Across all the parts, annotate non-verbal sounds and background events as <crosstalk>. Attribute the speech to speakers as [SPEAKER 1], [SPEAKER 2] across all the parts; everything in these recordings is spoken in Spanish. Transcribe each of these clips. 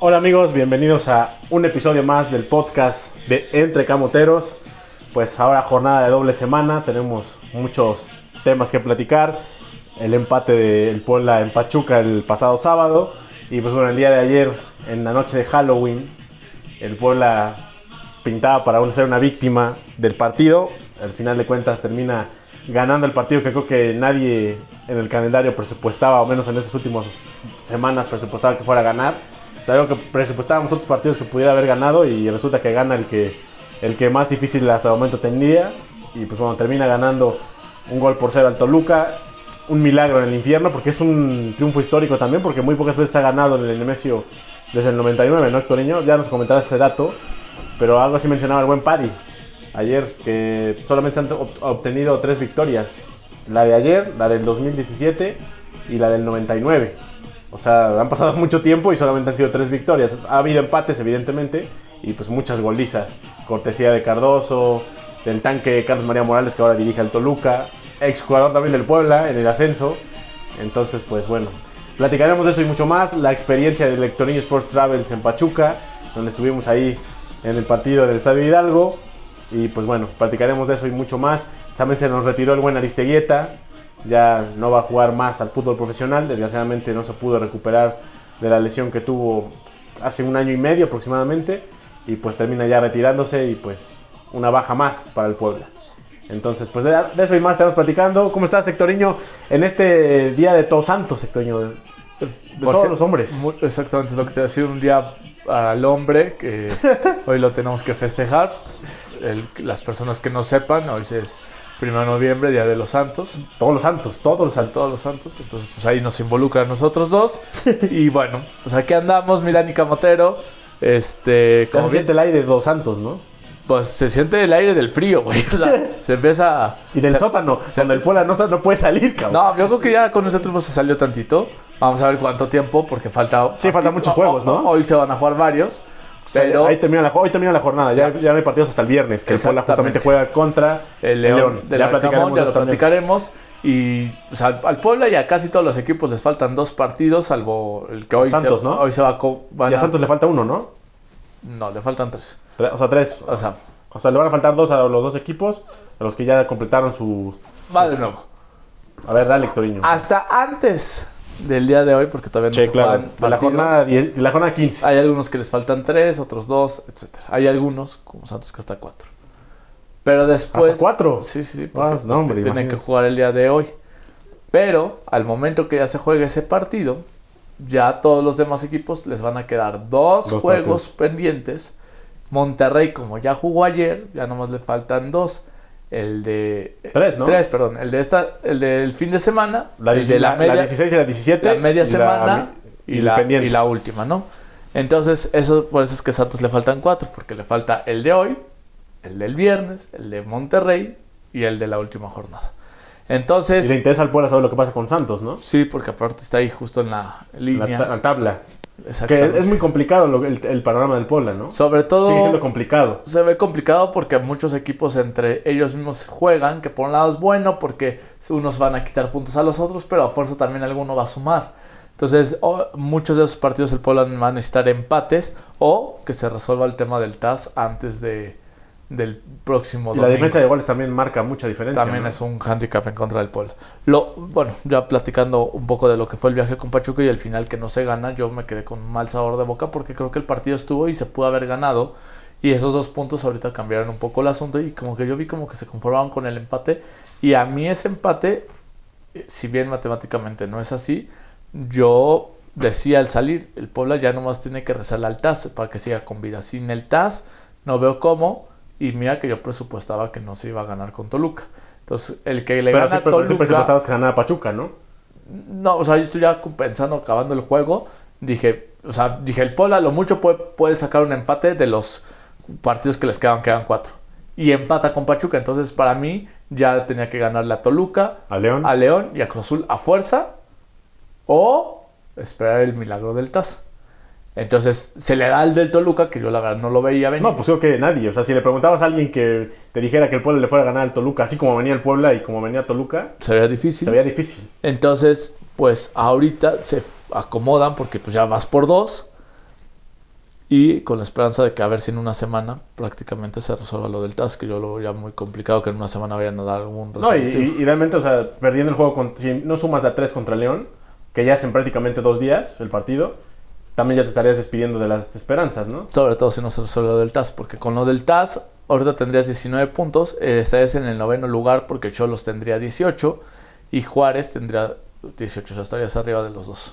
[SPEAKER 1] Hola amigos, bienvenidos a un episodio más del podcast de Entre Camoteros. Pues ahora jornada de doble semana, tenemos muchos temas que platicar. El empate del Puebla en Pachuca el pasado sábado y pues bueno, el día de ayer en la noche de Halloween el Puebla pintaba para aún ser una víctima del partido. Al final de cuentas termina ganando el partido que creo que nadie en el calendario presupuestaba, o menos en estas últimas semanas presupuestaba que fuera a ganar. Sabemos que presupuestábamos otros partidos que pudiera haber ganado y resulta que gana el que, el que más difícil hasta el momento tenía. Y pues bueno, termina ganando un gol por cero al Toluca. Un milagro en el infierno porque es un triunfo histórico también porque muy pocas veces ha ganado en el Nemesio desde el 99, ¿no, Hectorinho? Ya nos comentabas ese dato, pero algo así mencionaba el buen Paddy ayer, que solamente han ob- obtenido tres victorias. La de ayer, la del 2017 y la del 99. O sea, han pasado <laughs> mucho tiempo y solamente han sido tres victorias. Ha habido empates, evidentemente, y pues muchas golizas. Cortesía de Cardoso, del tanque Carlos María Morales, que ahora dirige al Toluca, exjugador también del Puebla en el ascenso. Entonces, pues bueno, platicaremos de eso y mucho más. La experiencia del Lectorillo Sports Travels en Pachuca, donde estuvimos ahí en el partido del Estadio Hidalgo. Y pues bueno, platicaremos de eso y mucho más. También se nos retiró el buen Aristeguieta. Ya no va a jugar más al fútbol profesional. Desgraciadamente no se pudo recuperar de la lesión que tuvo hace un año y medio aproximadamente. Y pues termina ya retirándose y pues una baja más para el Puebla. Entonces, pues de, de eso y más estamos platicando. ¿Cómo estás, Sectoriño? En este día de Todos Santos, Sectoriño. De, de
[SPEAKER 2] Por
[SPEAKER 1] todos
[SPEAKER 2] si-
[SPEAKER 1] los hombres.
[SPEAKER 2] Mu- Exactamente, es lo que te decía, un día al hombre,
[SPEAKER 1] <laughs>
[SPEAKER 2] que hoy lo tenemos que festejar. El- las personas que no sepan, hoy es 1 de noviembre, Día de los Santos,
[SPEAKER 1] Todos los santos, todos los santos.
[SPEAKER 2] todos los santos, entonces pues ahí nos involucran nosotros
[SPEAKER 1] <laughs>
[SPEAKER 2] dos. Y bueno, pues aquí andamos, Milán y Camotero. Este,
[SPEAKER 1] Ya
[SPEAKER 2] como
[SPEAKER 1] se siente
[SPEAKER 2] bien-
[SPEAKER 1] el aire de los santos, ¿no?
[SPEAKER 2] pues se siente el aire del frío, güey. o
[SPEAKER 1] <laughs>
[SPEAKER 2] sea, se empieza... a-
[SPEAKER 1] Y del
[SPEAKER 2] se-
[SPEAKER 1] sótano, donde el Puebla no, sa- no puede salir, cabrón.
[SPEAKER 2] No, yo creo que ya con ese triunfo se salió tantito. Vamos a ver cuánto tiempo, porque falta.
[SPEAKER 1] Sí, faltan muchos juegos, ¿no?
[SPEAKER 2] Hoy se van a jugar varios.
[SPEAKER 1] O sea,
[SPEAKER 2] Pero
[SPEAKER 1] ahí, termina la, jo- hoy termina la jornada, ya, ya no hay partidos hasta el viernes, que el Puebla justamente
[SPEAKER 2] Exactamente.
[SPEAKER 1] juega contra
[SPEAKER 2] el León, de
[SPEAKER 1] ya
[SPEAKER 2] la
[SPEAKER 1] platicaremos
[SPEAKER 2] Camón,
[SPEAKER 1] de
[SPEAKER 2] ya
[SPEAKER 1] eso
[SPEAKER 2] lo
[SPEAKER 1] también.
[SPEAKER 2] platicaremos. Y o sea, al Puebla y a casi todos los equipos les faltan dos partidos, salvo el que hoy,
[SPEAKER 1] Santos,
[SPEAKER 2] se,
[SPEAKER 1] ¿no?
[SPEAKER 2] hoy se va a. co- van
[SPEAKER 1] Y a
[SPEAKER 2] a-
[SPEAKER 1] Santos le falta uno, ¿no?
[SPEAKER 2] No, le faltan tres.
[SPEAKER 1] Tre- O sea, tres.
[SPEAKER 2] O sea,
[SPEAKER 1] O sea, le van a faltar dos a los dos equipos, a los que ya completaron su...
[SPEAKER 2] va de nuevo.
[SPEAKER 1] A ver, dale, Hectorinho.
[SPEAKER 2] Hasta antes del día de hoy, porque todavía no
[SPEAKER 1] Che,
[SPEAKER 2] se
[SPEAKER 1] claro.
[SPEAKER 2] juegan
[SPEAKER 1] De la,
[SPEAKER 2] partidos.
[SPEAKER 1] jornada, die- de la jornada 15.
[SPEAKER 2] Hay algunos que les faltan tres, otros dos, etcétera. Hay algunos, como Santos, que hasta cuatro. Pero después.
[SPEAKER 1] ¿Hasta cuatro?
[SPEAKER 2] Sí, sí, sí.
[SPEAKER 1] Ah,
[SPEAKER 2] Porque,
[SPEAKER 1] no,
[SPEAKER 2] pues,
[SPEAKER 1] hombre,
[SPEAKER 2] tienen
[SPEAKER 1] imagínate.
[SPEAKER 2] que jugar el día de hoy. Pero al momento que ya se juegue ese partido, ya todos los demás equipos les van a quedar dos,
[SPEAKER 1] Dos partidos.
[SPEAKER 2] juegos pendientes. Monterrey, como ya jugó ayer, ya nomás le faltan dos. El de.
[SPEAKER 1] Tres, ¿no?
[SPEAKER 2] Tres, perdón. El de esta, el del fin de semana.
[SPEAKER 1] La,
[SPEAKER 2] el de
[SPEAKER 1] 16
[SPEAKER 2] la
[SPEAKER 1] la,
[SPEAKER 2] media.
[SPEAKER 1] 16 y la 17.
[SPEAKER 2] La media
[SPEAKER 1] y la-
[SPEAKER 2] semana y,
[SPEAKER 1] y
[SPEAKER 2] la,
[SPEAKER 1] pendiente.
[SPEAKER 2] y la última, ¿no? Entonces, eso por eso es que a Santos le faltan cuatro, porque le falta el de hoy, el del viernes, el de Monterrey y el de la última jornada.
[SPEAKER 1] Y le
[SPEAKER 2] Entonces,
[SPEAKER 1] interesa al Puebla saber lo que pasa con Santos, ¿no?
[SPEAKER 2] sí, porque aparte está ahí justo en la
[SPEAKER 1] La,
[SPEAKER 2] línea.
[SPEAKER 1] ta- la tabla. Que
[SPEAKER 2] Exactamente.
[SPEAKER 1] es muy complicado lo- el, el panorama del Puebla, ¿no?
[SPEAKER 2] Sobre todo,
[SPEAKER 1] Sigue siendo complicado.
[SPEAKER 2] se ve complicado porque muchos equipos entre ellos mismos juegan, que por un lado es bueno porque unos van a quitar puntos a los otros, pero a fuerza también alguno va a sumar. Entonces, o- muchos de esos partidos el Puebla va a necesitar empates o que se resuelva el tema del TAS antes de, del próximo
[SPEAKER 1] Y
[SPEAKER 2] domingo.
[SPEAKER 1] la defensa de goles también marca mucha diferencia.
[SPEAKER 2] También
[SPEAKER 1] ¿no?
[SPEAKER 2] es un hándicap en contra del Puebla. Lo, bueno, ya platicando un poco de lo que fue el viaje con Pachuca y el final que no se gana, yo me quedé con un mal sabor de boca porque creo que el partido estuvo y se pudo haber ganado. Y esos dos puntos ahorita cambiaron un poco el asunto y como que yo vi como que se conformaban con el empate. Y a mí ese empate, eh, si bien matemáticamente no es así, yo decía al salir, el Puebla ya nomás tiene que rezarle al TAS para que siga con vida. Sin el TAS no veo cómo y mira que yo presupuestaba que no se iba a ganar con Toluca. Entonces, el que le
[SPEAKER 1] Pero
[SPEAKER 2] gana a
[SPEAKER 1] siempre,
[SPEAKER 2] Toluca...
[SPEAKER 1] siempre se pensabas que ganaba Pachuca, ¿no?
[SPEAKER 2] No, o sea, yo estoy ya pensando, acabando el juego, dije, o sea, dije, el Puebla a lo mucho puede, puede sacar un empate de los partidos que les quedan, quedan cuatro. Y empata con Pachuca, entonces para mí ya tenía que ganarle a Toluca,
[SPEAKER 1] A León.
[SPEAKER 2] a León y a Cruz Azul a fuerza o esperar el milagro del Taz. Entonces se le da el del Toluca, que yo la verdad no lo veía venir.
[SPEAKER 1] No, pues creo que nadie. O sea, si le preguntabas a alguien que te dijera que el Puebla le fuera a ganar al Toluca, así como venía el Puebla y como venía Toluca,
[SPEAKER 2] se veía difícil.
[SPEAKER 1] se veía difícil.
[SPEAKER 2] Entonces, pues ahorita se acomodan porque pues ya vas por dos. y con la esperanza de que a ver si en una semana prácticamente se resuelva lo del task. Yo lo veo ya muy complicado que en una semana vayan a dar algún
[SPEAKER 1] No, y,
[SPEAKER 2] resultado.
[SPEAKER 1] y- y realmente, o sea, perdiendo el juego, con- si no sumas de a 3 contra León, que ya hacen prácticamente dos días el partido, también ya te estarías despidiendo de las esperanzas, ¿no?
[SPEAKER 2] Sobre todo si no se resuelve lo del TAS, porque con lo del TAS ahorita tendrías 19 puntos, eh, estarías en el noveno lugar porque Cholos tendría 18 y Juárez tendría 18, o sea, estarías arriba de los dos.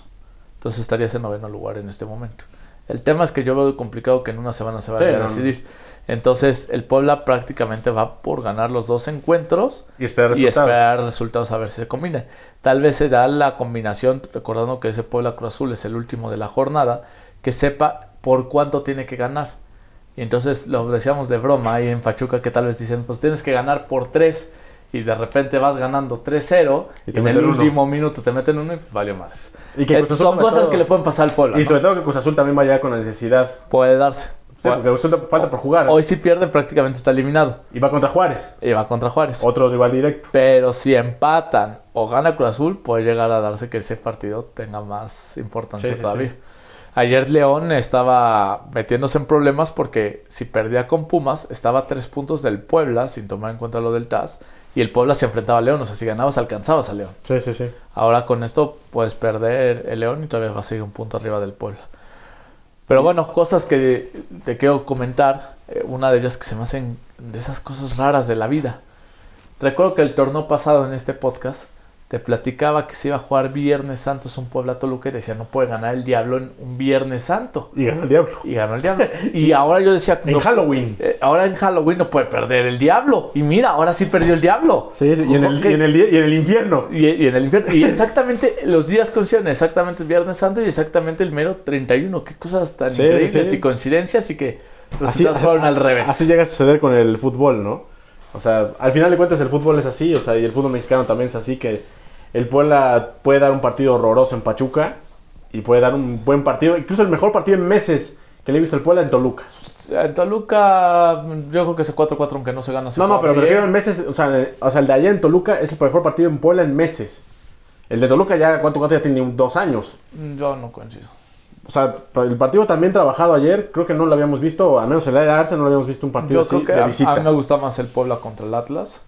[SPEAKER 2] Entonces estarías en noveno lugar en este momento. El tema es que yo veo complicado que en una semana se vaya
[SPEAKER 1] Sí,
[SPEAKER 2] a
[SPEAKER 1] no, no.
[SPEAKER 2] decidir. Entonces el Puebla prácticamente va por ganar los dos encuentros
[SPEAKER 1] Y esperar
[SPEAKER 2] y
[SPEAKER 1] resultados.
[SPEAKER 2] esperar resultados a ver si se combina. Tal vez se da la combinación, recordando que ese Puebla Cruz Azul es el último de la jornada, que sepa por cuánto tiene que ganar. Y entonces lo decíamos de broma ahí en Pachuca que tal vez dicen, pues tienes que ganar por 3 y de repente vas ganando 3-0
[SPEAKER 1] Y
[SPEAKER 2] y,
[SPEAKER 1] te
[SPEAKER 2] en el
[SPEAKER 1] meten uno.
[SPEAKER 2] último minuto te meten uno y pues, valió madres.
[SPEAKER 1] Y que
[SPEAKER 2] Eh,
[SPEAKER 1] Cruz Azul
[SPEAKER 2] son
[SPEAKER 1] sobre
[SPEAKER 2] cosas
[SPEAKER 1] todo-
[SPEAKER 2] que le pueden pasar al Puebla.
[SPEAKER 1] Y
[SPEAKER 2] ¿no?
[SPEAKER 1] sobre todo que Cruz Azul también vaya con la necesidad.
[SPEAKER 2] Puede darse.
[SPEAKER 1] Sí, porque Cruz Azul falta por jugar.
[SPEAKER 2] Hoy si pierde prácticamente está eliminado
[SPEAKER 1] Y va contra Juárez,
[SPEAKER 2] y va contra Juárez.
[SPEAKER 1] otro rival directo.
[SPEAKER 2] Pero si empatan o gana Cruz Azul, puede llegar a darse que ese partido tenga más importancia
[SPEAKER 1] Sí, sí,
[SPEAKER 2] todavía.
[SPEAKER 1] sí.
[SPEAKER 2] Ayer León estaba metiéndose en problemas porque si perdía con Pumas, estaba a tres puntos del Puebla, sin tomar en cuenta lo del TAS, y el Puebla se enfrentaba a León, o sea, si ganabas alcanzabas a León.
[SPEAKER 1] Sí, sí, sí.
[SPEAKER 2] Ahora con esto puedes perder el León y todavía vas a ir un punto arriba del Puebla. Pero bueno, cosas que te quiero comentar. eh, una de ellas que se me hacen de esas cosas raras de la vida. Recuerdo que el torneo pasado en este podcast te platicaba que se iba a jugar Viernes Santo es un Puebla Toluca y decía no puede ganar el Diablo en un Viernes Santo.
[SPEAKER 1] Y gana el diablo.
[SPEAKER 2] Y ganó el Diablo. Y ahora yo decía,
[SPEAKER 1] En
[SPEAKER 2] no,
[SPEAKER 1] Halloween.
[SPEAKER 2] eh, ahora en Halloween no puede perder el Diablo. Y mira, ahora sí perdió el Diablo.
[SPEAKER 1] Sí, sí. Y en, el,
[SPEAKER 2] ¿Qué-
[SPEAKER 1] y en el di- y en el infierno.
[SPEAKER 2] y, y en el infierno. Y exactamente los días coinciden, exactamente el Viernes Santo y exactamente el mero 31. Qué cosas tan
[SPEAKER 1] Sí, sí,
[SPEAKER 2] increíbles
[SPEAKER 1] sí.
[SPEAKER 2] y coincidencias y que resultados fueron al revés.
[SPEAKER 1] Así llega a suceder con el fútbol, ¿no? O sea, al final de cuentas el fútbol es así, o sea, y el fútbol mexicano también es así, que el Puebla puede dar un partido horroroso en Pachuca y puede dar un buen partido, incluso el mejor partido en meses que le he visto al Puebla en Toluca.
[SPEAKER 2] En Toluca, yo creo que ese 4-4, aunque no se gana. se
[SPEAKER 1] No, no,
[SPEAKER 2] juega
[SPEAKER 1] pero me
[SPEAKER 2] bien.
[SPEAKER 1] refiero en meses, o sea, eh, o sea, el de allá en Toluca es el mejor partido en Puebla en meses. El de Toluca ya, ¿cuánto, cuánto ya tiene? Un- Dos años.
[SPEAKER 2] Yo no coincido.
[SPEAKER 1] O sea, el partido también trabajado ayer, creo que no lo habíamos visto, al menos el de Arce no lo habíamos visto un partido
[SPEAKER 2] Yo
[SPEAKER 1] así
[SPEAKER 2] creo que
[SPEAKER 1] de
[SPEAKER 2] a-
[SPEAKER 1] visita.
[SPEAKER 2] a, mí me gusta más el Puebla contra el Atlas,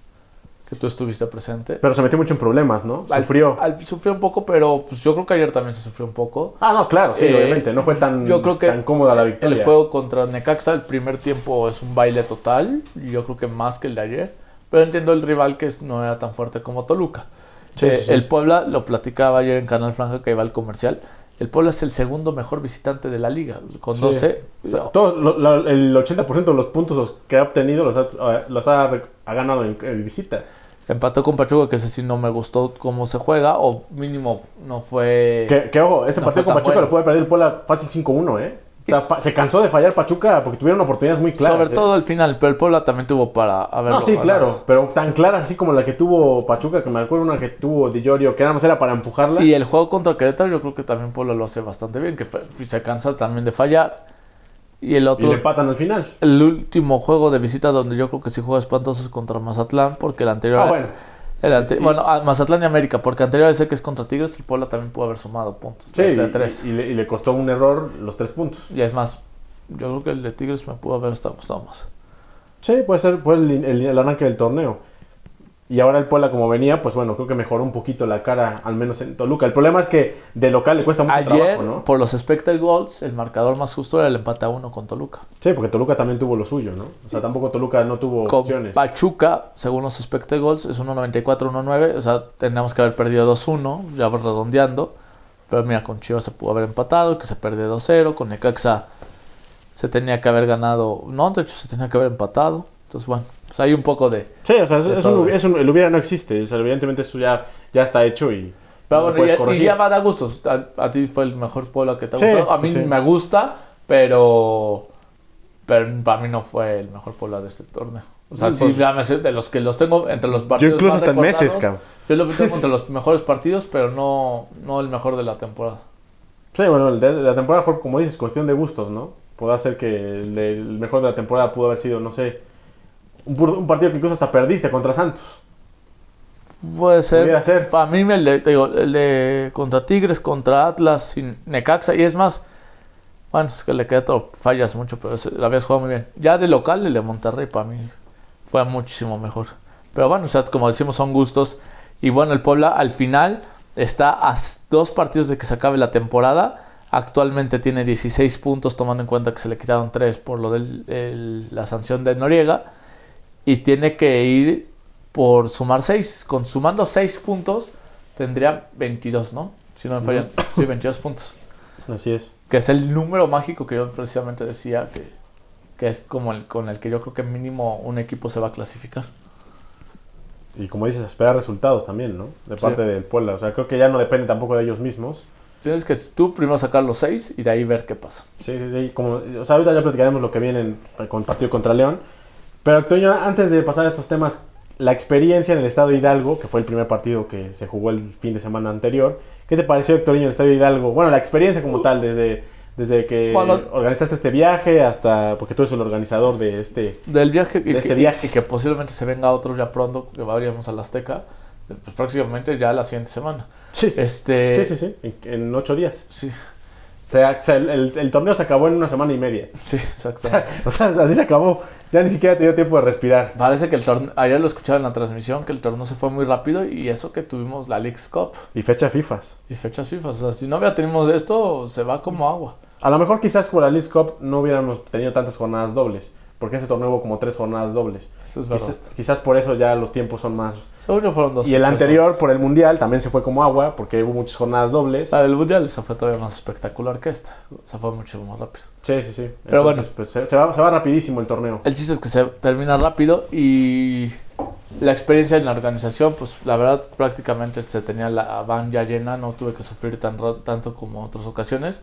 [SPEAKER 2] que tú estuviste presente.
[SPEAKER 1] Pero se metió mucho en problemas, ¿no?
[SPEAKER 2] Al-
[SPEAKER 1] Sufrió.
[SPEAKER 2] Al, sufrió un poco, pero pues, yo creo que ayer también se sufrió un poco.
[SPEAKER 1] Ah, no, claro, sí,
[SPEAKER 2] Eh,
[SPEAKER 1] obviamente. No fue tan,
[SPEAKER 2] yo creo que
[SPEAKER 1] tan cómoda la victoria.
[SPEAKER 2] El juego contra Necaxa, el primer tiempo es un baile total, y yo creo que más que el de ayer, pero entiendo el rival que es- no era tan fuerte como Toluca.
[SPEAKER 1] Sí,
[SPEAKER 2] Eh,
[SPEAKER 1] sí, sí.
[SPEAKER 2] El Puebla, lo platicaba ayer en Canal Franja que iba al comercial, el Puebla es el segundo mejor visitante de la liga, con
[SPEAKER 1] Sí.
[SPEAKER 2] 12.
[SPEAKER 1] O sea, todos, lo- lo- el 80% de los puntos los que ha obtenido los ha, los ha, rec- ha ganado en, en visita.
[SPEAKER 2] Empató con Pachuca, que ese sí no me gustó cómo se juega, o mínimo no fue...
[SPEAKER 1] Que, que, ojo, ese
[SPEAKER 2] No
[SPEAKER 1] partido con
[SPEAKER 2] fue tan
[SPEAKER 1] Pachuca
[SPEAKER 2] bueno.
[SPEAKER 1] lo puede perder el Puebla fácil 5-1, ¿eh? O sea, pa- se cansó de fallar Pachuca porque tuvieron oportunidades muy claras.
[SPEAKER 2] Sobre
[SPEAKER 1] ¿eh?
[SPEAKER 2] todo al final, pero el Puebla también tuvo para haberlo
[SPEAKER 1] No, sí,
[SPEAKER 2] ganado.
[SPEAKER 1] claro. Pero tan claras así como la que tuvo Pachuca, que me acuerdo una que tuvo Di Llorio, que nada más era para empujarla.
[SPEAKER 2] Y el juego contra Querétaro, yo creo que también Puebla lo hace bastante bien, que fue- se cansa también de fallar. Y el
[SPEAKER 1] y
[SPEAKER 2] otro,
[SPEAKER 1] le empatan al final.
[SPEAKER 2] el último juego de visita donde yo creo que sí juega espantoso es contra Mazatlán, porque el anterior.
[SPEAKER 1] Ah, bueno.
[SPEAKER 2] el ante-
[SPEAKER 1] Y-
[SPEAKER 2] bueno, a Mazatlán y América, porque anterior sé que es contra Tigres, el Puebla también pudo haber sumado puntos.
[SPEAKER 1] Sí,
[SPEAKER 2] de- de
[SPEAKER 1] y-
[SPEAKER 2] tres.
[SPEAKER 1] y- y le- y le costó un error los tres puntos.
[SPEAKER 2] Y, es más, yo creo que el de Tigres me pudo haber estado gustado más.
[SPEAKER 1] Sí, puede ser, fue el, el- el arranque del torneo. Y ahora el Puebla como venía, pues bueno, creo que mejoró un poquito la cara, al menos en Toluca. El problema es que de local le cuesta mucho
[SPEAKER 2] Ayer,
[SPEAKER 1] trabajo, ¿no?
[SPEAKER 2] por los expected goals, el marcador más justo era el empate a uno con Toluca.
[SPEAKER 1] Sí, porque Toluca también tuvo lo suyo, ¿no? O sea, tampoco Toluca no tuvo
[SPEAKER 2] con
[SPEAKER 1] opciones.
[SPEAKER 2] Pachuca, según los expected goals, es 1.94-1.9. O sea, tendríamos que haber perdido 2-1, ya redondeando. Pero mira, con Chivas se pudo haber empatado, que se perdió 2-0. Con Necaxa se tenía que haber ganado. No, de hecho, se tenía que haber empatado. Entonces, bueno, pues hay un poco de.
[SPEAKER 1] Sí, o sea, es,
[SPEAKER 2] De
[SPEAKER 1] es un,
[SPEAKER 2] todo
[SPEAKER 1] es un- el hubiera no existe. O sea, evidentemente eso ya, ya está hecho y
[SPEAKER 2] Pero
[SPEAKER 1] no lo puedes
[SPEAKER 2] bueno, ya- y
[SPEAKER 1] Pues corregir.
[SPEAKER 2] ya va a dar gustos. A, a ti fue el mejor pueblo que te ha
[SPEAKER 1] Sí,
[SPEAKER 2] gustado. A
[SPEAKER 1] sí,
[SPEAKER 2] mí
[SPEAKER 1] sí.
[SPEAKER 2] me gusta, pero. Pero para mí no fue el mejor pueblo de este torneo. O sea,
[SPEAKER 1] Pues-
[SPEAKER 2] sí, ya me sé- de los que los tengo entre los partidos.
[SPEAKER 1] incluso
[SPEAKER 2] más
[SPEAKER 1] hasta en meses,
[SPEAKER 2] recordados,
[SPEAKER 1] cabrón.
[SPEAKER 2] Yo
[SPEAKER 1] <laughs>
[SPEAKER 2] lo tengo entre los mejores partidos, pero no, no el mejor de la temporada.
[SPEAKER 1] Sí, bueno, el de- la temporada fue, como dices, cuestión de gustos, ¿no? Puede ser que el, de- el mejor de la temporada pudo haber sido, no sé, un, pur- un partido que incluso hasta perdiste contra Santos.
[SPEAKER 2] Puede ser.
[SPEAKER 1] Pudiera ser.
[SPEAKER 2] Para mí, el de, te digo, el de contra Tigres, contra Atlas, y Necaxa. Y es más, Bueno, es que le queda todo, fallas mucho, pero se- la habías jugado muy bien. Ya de local, el de Monterrey para mí fue muchísimo mejor. Pero bueno, o sea, como decimos, son gustos. Y bueno, el Puebla al final está a s- dos partidos de que se acabe la temporada. Actualmente tiene 16 puntos, tomando en cuenta que se le quitaron 3 por lo de la sanción de Noriega. Y tiene que ir por sumar 6. Con sumando 6 puntos, tendría 22, ¿no? Si no me fallan. Sí, 22 puntos
[SPEAKER 1] Así es.
[SPEAKER 2] que es el número mágico que yo precisamente decía que, que es como el con el que yo creo que mínimo un equipo se va a clasificar.
[SPEAKER 1] Y como dices, esperar resultados también, ¿no? De
[SPEAKER 2] Sí.
[SPEAKER 1] parte del Puebla. O sea, creo que ya no depende tampoco de ellos mismos.
[SPEAKER 2] Tienes que tú primero sacar los seis y de ahí ver qué pasa.
[SPEAKER 1] Sí, sí, sí. Como, o sea, ahorita ya platicaremos lo que viene en- con el partido contra León. Pero, Toño, antes de pasar a estos temas, la experiencia en el Estado de Hidalgo, que fue el primer partido que se jugó el fin de semana anterior. ¿Qué te pareció, Héctor, en el Estadio Hidalgo? Bueno, la experiencia como tal, desde, desde que
[SPEAKER 2] Bueno.
[SPEAKER 1] organizaste este viaje hasta... Porque tú eres el organizador de este...
[SPEAKER 2] Del viaje y,
[SPEAKER 1] De este
[SPEAKER 2] que,
[SPEAKER 1] viaje.
[SPEAKER 2] y que posiblemente se venga otro ya pronto, que vayamos al Azteca, pues próximamente ya la siguiente semana.
[SPEAKER 1] Sí,
[SPEAKER 2] Este
[SPEAKER 1] sí, sí, sí. En, en ocho días.
[SPEAKER 2] sí,
[SPEAKER 1] O
[SPEAKER 2] <laughs>
[SPEAKER 1] sea, o sea, el- el- el torneo se acabó en una semana y media.
[SPEAKER 2] sí, exactamente.
[SPEAKER 1] <laughs> O sea, así se acabó. Ya ni siquiera te dio tiempo de respirar.
[SPEAKER 2] Parece que el torneo, ayer lo escuchaba en la transmisión, que el torneo se fue muy rápido y eso que tuvimos la League's Cup
[SPEAKER 1] Y fecha FIFA.
[SPEAKER 2] y fechas FIFA. O sea, si no había tenido esto, se va como agua.
[SPEAKER 1] A lo mejor quizás con la League Cup no hubiéramos tenido tantas jornadas dobles. Porque en ese torneo hubo como tres jornadas dobles.
[SPEAKER 2] Eso es verdad.
[SPEAKER 1] Quizás, quizás por eso ya los tiempos son más.
[SPEAKER 2] Según yo fueron dos.
[SPEAKER 1] Y el
[SPEAKER 2] fechas,
[SPEAKER 1] anterior,
[SPEAKER 2] ¿no?
[SPEAKER 1] por el Mundial, también se fue como agua. Porque hubo muchas jornadas dobles.
[SPEAKER 2] La del Mundial esa fue todavía más espectacular que esta. O sea, fue mucho más rápido.
[SPEAKER 1] Sí, sí, sí.
[SPEAKER 2] Pero
[SPEAKER 1] Entonces,
[SPEAKER 2] bueno.
[SPEAKER 1] pues, se, se va, se va rapidísimo el torneo.
[SPEAKER 2] El chiste es que se termina rápido y la experiencia en la organización, pues la verdad prácticamente se tenía la van ya llena, no tuve que sufrir tan ro- tanto como otras ocasiones.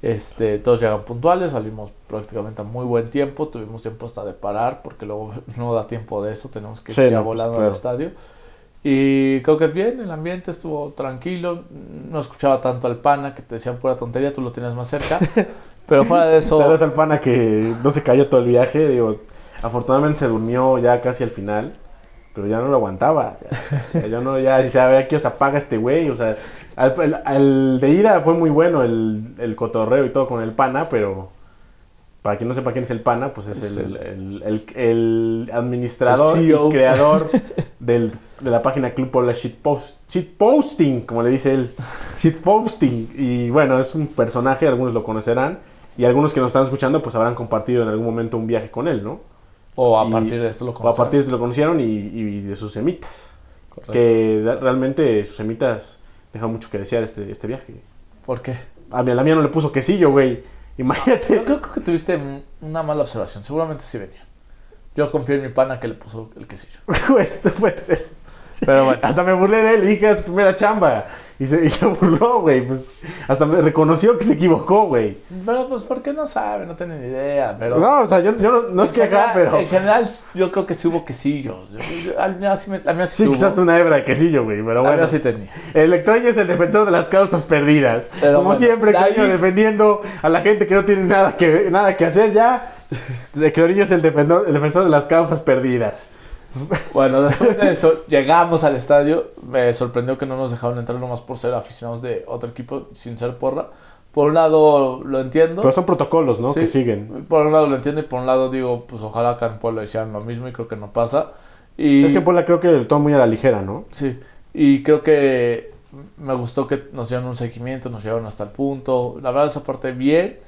[SPEAKER 2] Este, todos llegan puntuales, salimos prácticamente a muy buen tiempo, tuvimos tiempo hasta de parar porque luego <laughs> no da tiempo de eso, tenemos que ir
[SPEAKER 1] Sí,
[SPEAKER 2] ya
[SPEAKER 1] no, pues,
[SPEAKER 2] volando
[SPEAKER 1] claro.
[SPEAKER 2] al estadio. Y creo que bien, el ambiente estuvo tranquilo, no escuchaba tanto al pana que te decían pura tontería, tú lo tenías más
[SPEAKER 1] <laughs>
[SPEAKER 2] cerca. Pero fuera de eso...
[SPEAKER 1] Saludos al pana que no se cayó todo el viaje. Digo, afortunadamente se durmió ya casi al final. Pero ya no lo aguantaba. Ya, ya no, ya dice, a ver, aquí os apaga este güey. O sea, al, el- al de ida fue muy bueno el, el cotorreo y todo con el pana, pero para quien no sepa quién es el pana, pues es
[SPEAKER 2] Es
[SPEAKER 1] el, el- el- el administrador
[SPEAKER 2] El
[SPEAKER 1] y
[SPEAKER 2] CEO. <laughs>
[SPEAKER 1] creador del- de la página Club Puebla Shitpost, Shitposting, como le dice él. Shitposting. Y bueno, es un personaje, algunos lo conocerán. Y algunos que nos están escuchando, pues habrán compartido en algún momento un viaje con él, ¿no?
[SPEAKER 2] O a
[SPEAKER 1] Y-
[SPEAKER 2] partir de esto lo
[SPEAKER 1] O a
[SPEAKER 2] conocemos.
[SPEAKER 1] partir de esto lo conocieron y, y de sus semitas.
[SPEAKER 2] Correcto.
[SPEAKER 1] Que da- realmente sus semitas dejan mucho que desear este, este viaje.
[SPEAKER 2] ¿Por qué?
[SPEAKER 1] A mí, a la mía no le puso quesillo, güey.
[SPEAKER 2] Yo
[SPEAKER 1] Imagínate.
[SPEAKER 2] creo, creo que tuviste un- una mala observación. Seguramente sí venía. Yo confío en mi pana que le puso el quesillo.
[SPEAKER 1] Güey, <laughs> esto puede ser.
[SPEAKER 2] Pero bueno.
[SPEAKER 1] Hasta me burlé de él, dije "Es su primera chamba. Y se, y se burló, güey. Pues hasta me reconoció que se equivocó, güey.
[SPEAKER 2] pero pues porque no sabe, no tiene ni idea. Pero
[SPEAKER 1] No, o sea, yo, yo no, no es
[SPEAKER 2] En
[SPEAKER 1] que acá,
[SPEAKER 2] general-
[SPEAKER 1] pero.
[SPEAKER 2] En general, yo creo que sí hubo quesillo. Yo- yo- Al mío sí, me- al mío sí
[SPEAKER 1] Sí,
[SPEAKER 2] tuvo.
[SPEAKER 1] quizás una hebra de quesillo, güey. Pero
[SPEAKER 2] Al mío
[SPEAKER 1] bueno.
[SPEAKER 2] sí tenía.
[SPEAKER 1] El Lectoño es el defensor de las causas perdidas.
[SPEAKER 2] Pero
[SPEAKER 1] Como
[SPEAKER 2] bueno,
[SPEAKER 1] siempre,
[SPEAKER 2] de ahí-
[SPEAKER 1] Caño defendiendo a la gente que no tiene nada que, nada que hacer ya. De Clorillo es el defensor, el defensor de las causas perdidas.
[SPEAKER 2] Bueno, después de eso, <laughs> llegamos al estadio. Me sorprendió que no nos dejaron entrar nomás por ser aficionados de otro equipo sin ser porra. Por un lado, lo entiendo.
[SPEAKER 1] Pero son protocolos, ¿no?
[SPEAKER 2] Sí,
[SPEAKER 1] Que siguen.
[SPEAKER 2] Por un lado lo entiendo y por un lado digo, pues ojalá acá en Puebla hicieran lo mismo y creo que no pasa. Y,
[SPEAKER 1] Es que Puebla creo que el todo muy a la ligera, ¿no?
[SPEAKER 2] Sí, y creo que me gustó que nos dieron un seguimiento, nos llevaron hasta el punto. La verdad esa parte bien,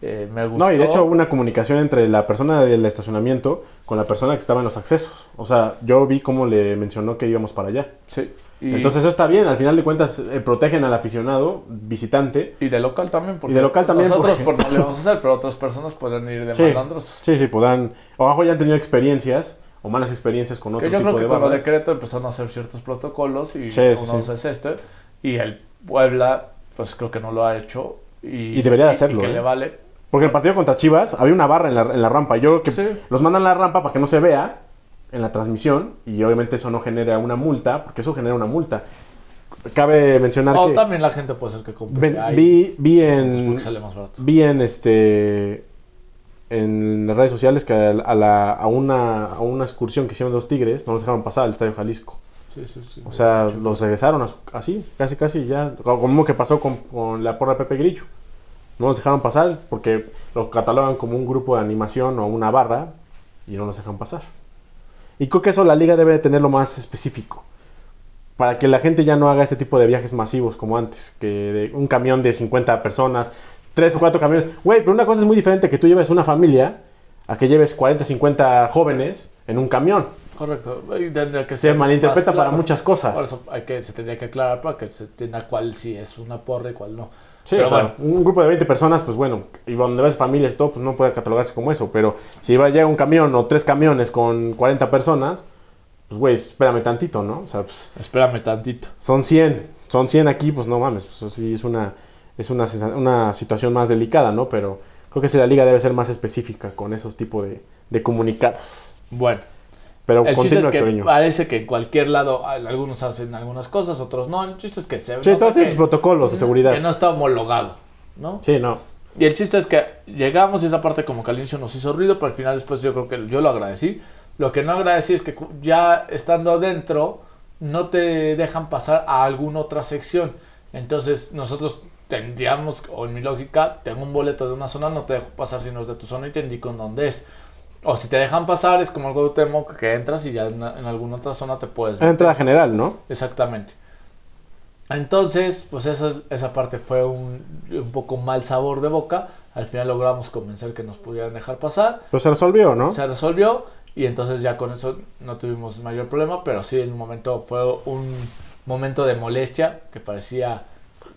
[SPEAKER 2] eh, me gustó.
[SPEAKER 1] No, y de hecho hubo una comunicación entre la persona del estacionamiento con la persona que estaba en los accesos. O sea, yo vi cómo le mencionó que íbamos para allá.
[SPEAKER 2] Sí, y,
[SPEAKER 1] Entonces eso está bien, al final de cuentas eh, protegen al aficionado visitante.
[SPEAKER 2] y de local también. Porque
[SPEAKER 1] Y de local también,
[SPEAKER 2] Nosotros
[SPEAKER 1] porque-
[SPEAKER 2] por no le vamos a hacer, pero otras personas podrán ir de
[SPEAKER 1] Sí.
[SPEAKER 2] malandros.
[SPEAKER 1] Sí, sí, podrán... Ojo, ya han tenido experiencias o malas experiencias con otro
[SPEAKER 2] Que yo
[SPEAKER 1] tipo
[SPEAKER 2] creo
[SPEAKER 1] de
[SPEAKER 2] que con lo de
[SPEAKER 1] barras.
[SPEAKER 2] Querétaro empezaron a hacer ciertos protocolos y
[SPEAKER 1] Sí, sí,
[SPEAKER 2] uno
[SPEAKER 1] sí.
[SPEAKER 2] es este. Y el Puebla, pues creo que no lo ha hecho. Y,
[SPEAKER 1] Y debería de hacerlo,
[SPEAKER 2] que
[SPEAKER 1] ¿eh?
[SPEAKER 2] le vale.
[SPEAKER 1] Porque el partido contra Chivas había una barra en la, en la rampa. y Yo creo que
[SPEAKER 2] Sí.
[SPEAKER 1] los mandan a la rampa para que no se vea en la transmisión y obviamente eso no genera una multa, porque eso genera una multa. Cabe mencionar
[SPEAKER 2] O
[SPEAKER 1] que...
[SPEAKER 2] también la gente puede ser que compre.
[SPEAKER 1] ven-
[SPEAKER 2] ahí,
[SPEAKER 1] vi, vi
[SPEAKER 2] pues,
[SPEAKER 1] en...
[SPEAKER 2] porque sale más barato.
[SPEAKER 1] vi en este en las redes sociales que a, la- a una, a una excursión que hicieron los Tigres no los dejaron pasar al Estadio Jalisco.
[SPEAKER 2] Sí, sí, sí.
[SPEAKER 1] O sea, los regresaron a su- así, casi casi ya, como que pasó con, con la porra de Pepe Grillo. No nos dejaron pasar porque lo catalogan como un grupo de animación o una barra y no nos dejan pasar. Y creo que eso la liga debe de tenerlo más específico. Para que la gente ya no haga este tipo de viajes masivos como antes, que de un camión de 50 personas, tres o cuatro camiones. Güey, pero una cosa es muy diferente que tú lleves una familia a que lleves 40, 50 jóvenes en un camión.
[SPEAKER 2] Correcto. Y tendría que
[SPEAKER 1] Se
[SPEAKER 2] ser
[SPEAKER 1] malinterpreta
[SPEAKER 2] más
[SPEAKER 1] para
[SPEAKER 2] claro.
[SPEAKER 1] muchas cosas.
[SPEAKER 2] Por eso hay que, se tendría que aclarar para que se entienda cuál sí es una porra y cuál no.
[SPEAKER 1] Sí,
[SPEAKER 2] Pero
[SPEAKER 1] o sea,
[SPEAKER 2] bueno,
[SPEAKER 1] un grupo de 20 personas, pues bueno, y donde ves familias y todo, pues no puede catalogarse como eso. Pero si va, llega un camión o tres camiones con 40 personas, pues güey, espérame tantito, ¿no? O sea, pues
[SPEAKER 2] espérame tantito.
[SPEAKER 1] son 100, son 100 aquí, pues no mames, pues eso sí es una, es una, sensa- una situación más delicada, ¿no? Pero creo que sí, la liga debe ser más específica con esos tipos de, de comunicados.
[SPEAKER 2] Bueno,
[SPEAKER 1] Pero
[SPEAKER 2] el chiste es
[SPEAKER 1] continúa,
[SPEAKER 2] que
[SPEAKER 1] Toño.
[SPEAKER 2] parece que en cualquier lado al- algunos hacen algunas cosas, otros no. El chiste es que se
[SPEAKER 1] Sí,
[SPEAKER 2] nota
[SPEAKER 1] todos tienen
[SPEAKER 2] que-
[SPEAKER 1] sus protocolos de seguridad.
[SPEAKER 2] que no está homologado, ¿no?
[SPEAKER 1] Sí, no.
[SPEAKER 2] Y el chiste es que llegamos y esa parte como que al inicio nos hizo ruido, pero al final después yo creo que yo lo agradecí. Lo que no agradecí es que cu- ya estando adentro no te dejan pasar a alguna otra sección. Entonces nosotros tendríamos, o en mi lógica, tengo un boleto de una zona, no te dejo pasar si no es de tu zona y te indico en dónde es. O si te dejan pasar es como algo temo que entras y ya en, en alguna otra zona te puedes meter.
[SPEAKER 1] Entrada general, ¿no?
[SPEAKER 2] Exactamente. Entonces, pues esa, esa parte fue un, un poco mal sabor de boca. Al final logramos convencer que nos pudieran dejar pasar.
[SPEAKER 1] Pero Pues se resolvió, ¿no?
[SPEAKER 2] Se resolvió y entonces ya con eso no tuvimos mayor problema, pero sí en un momento fue un momento de molestia que parecía,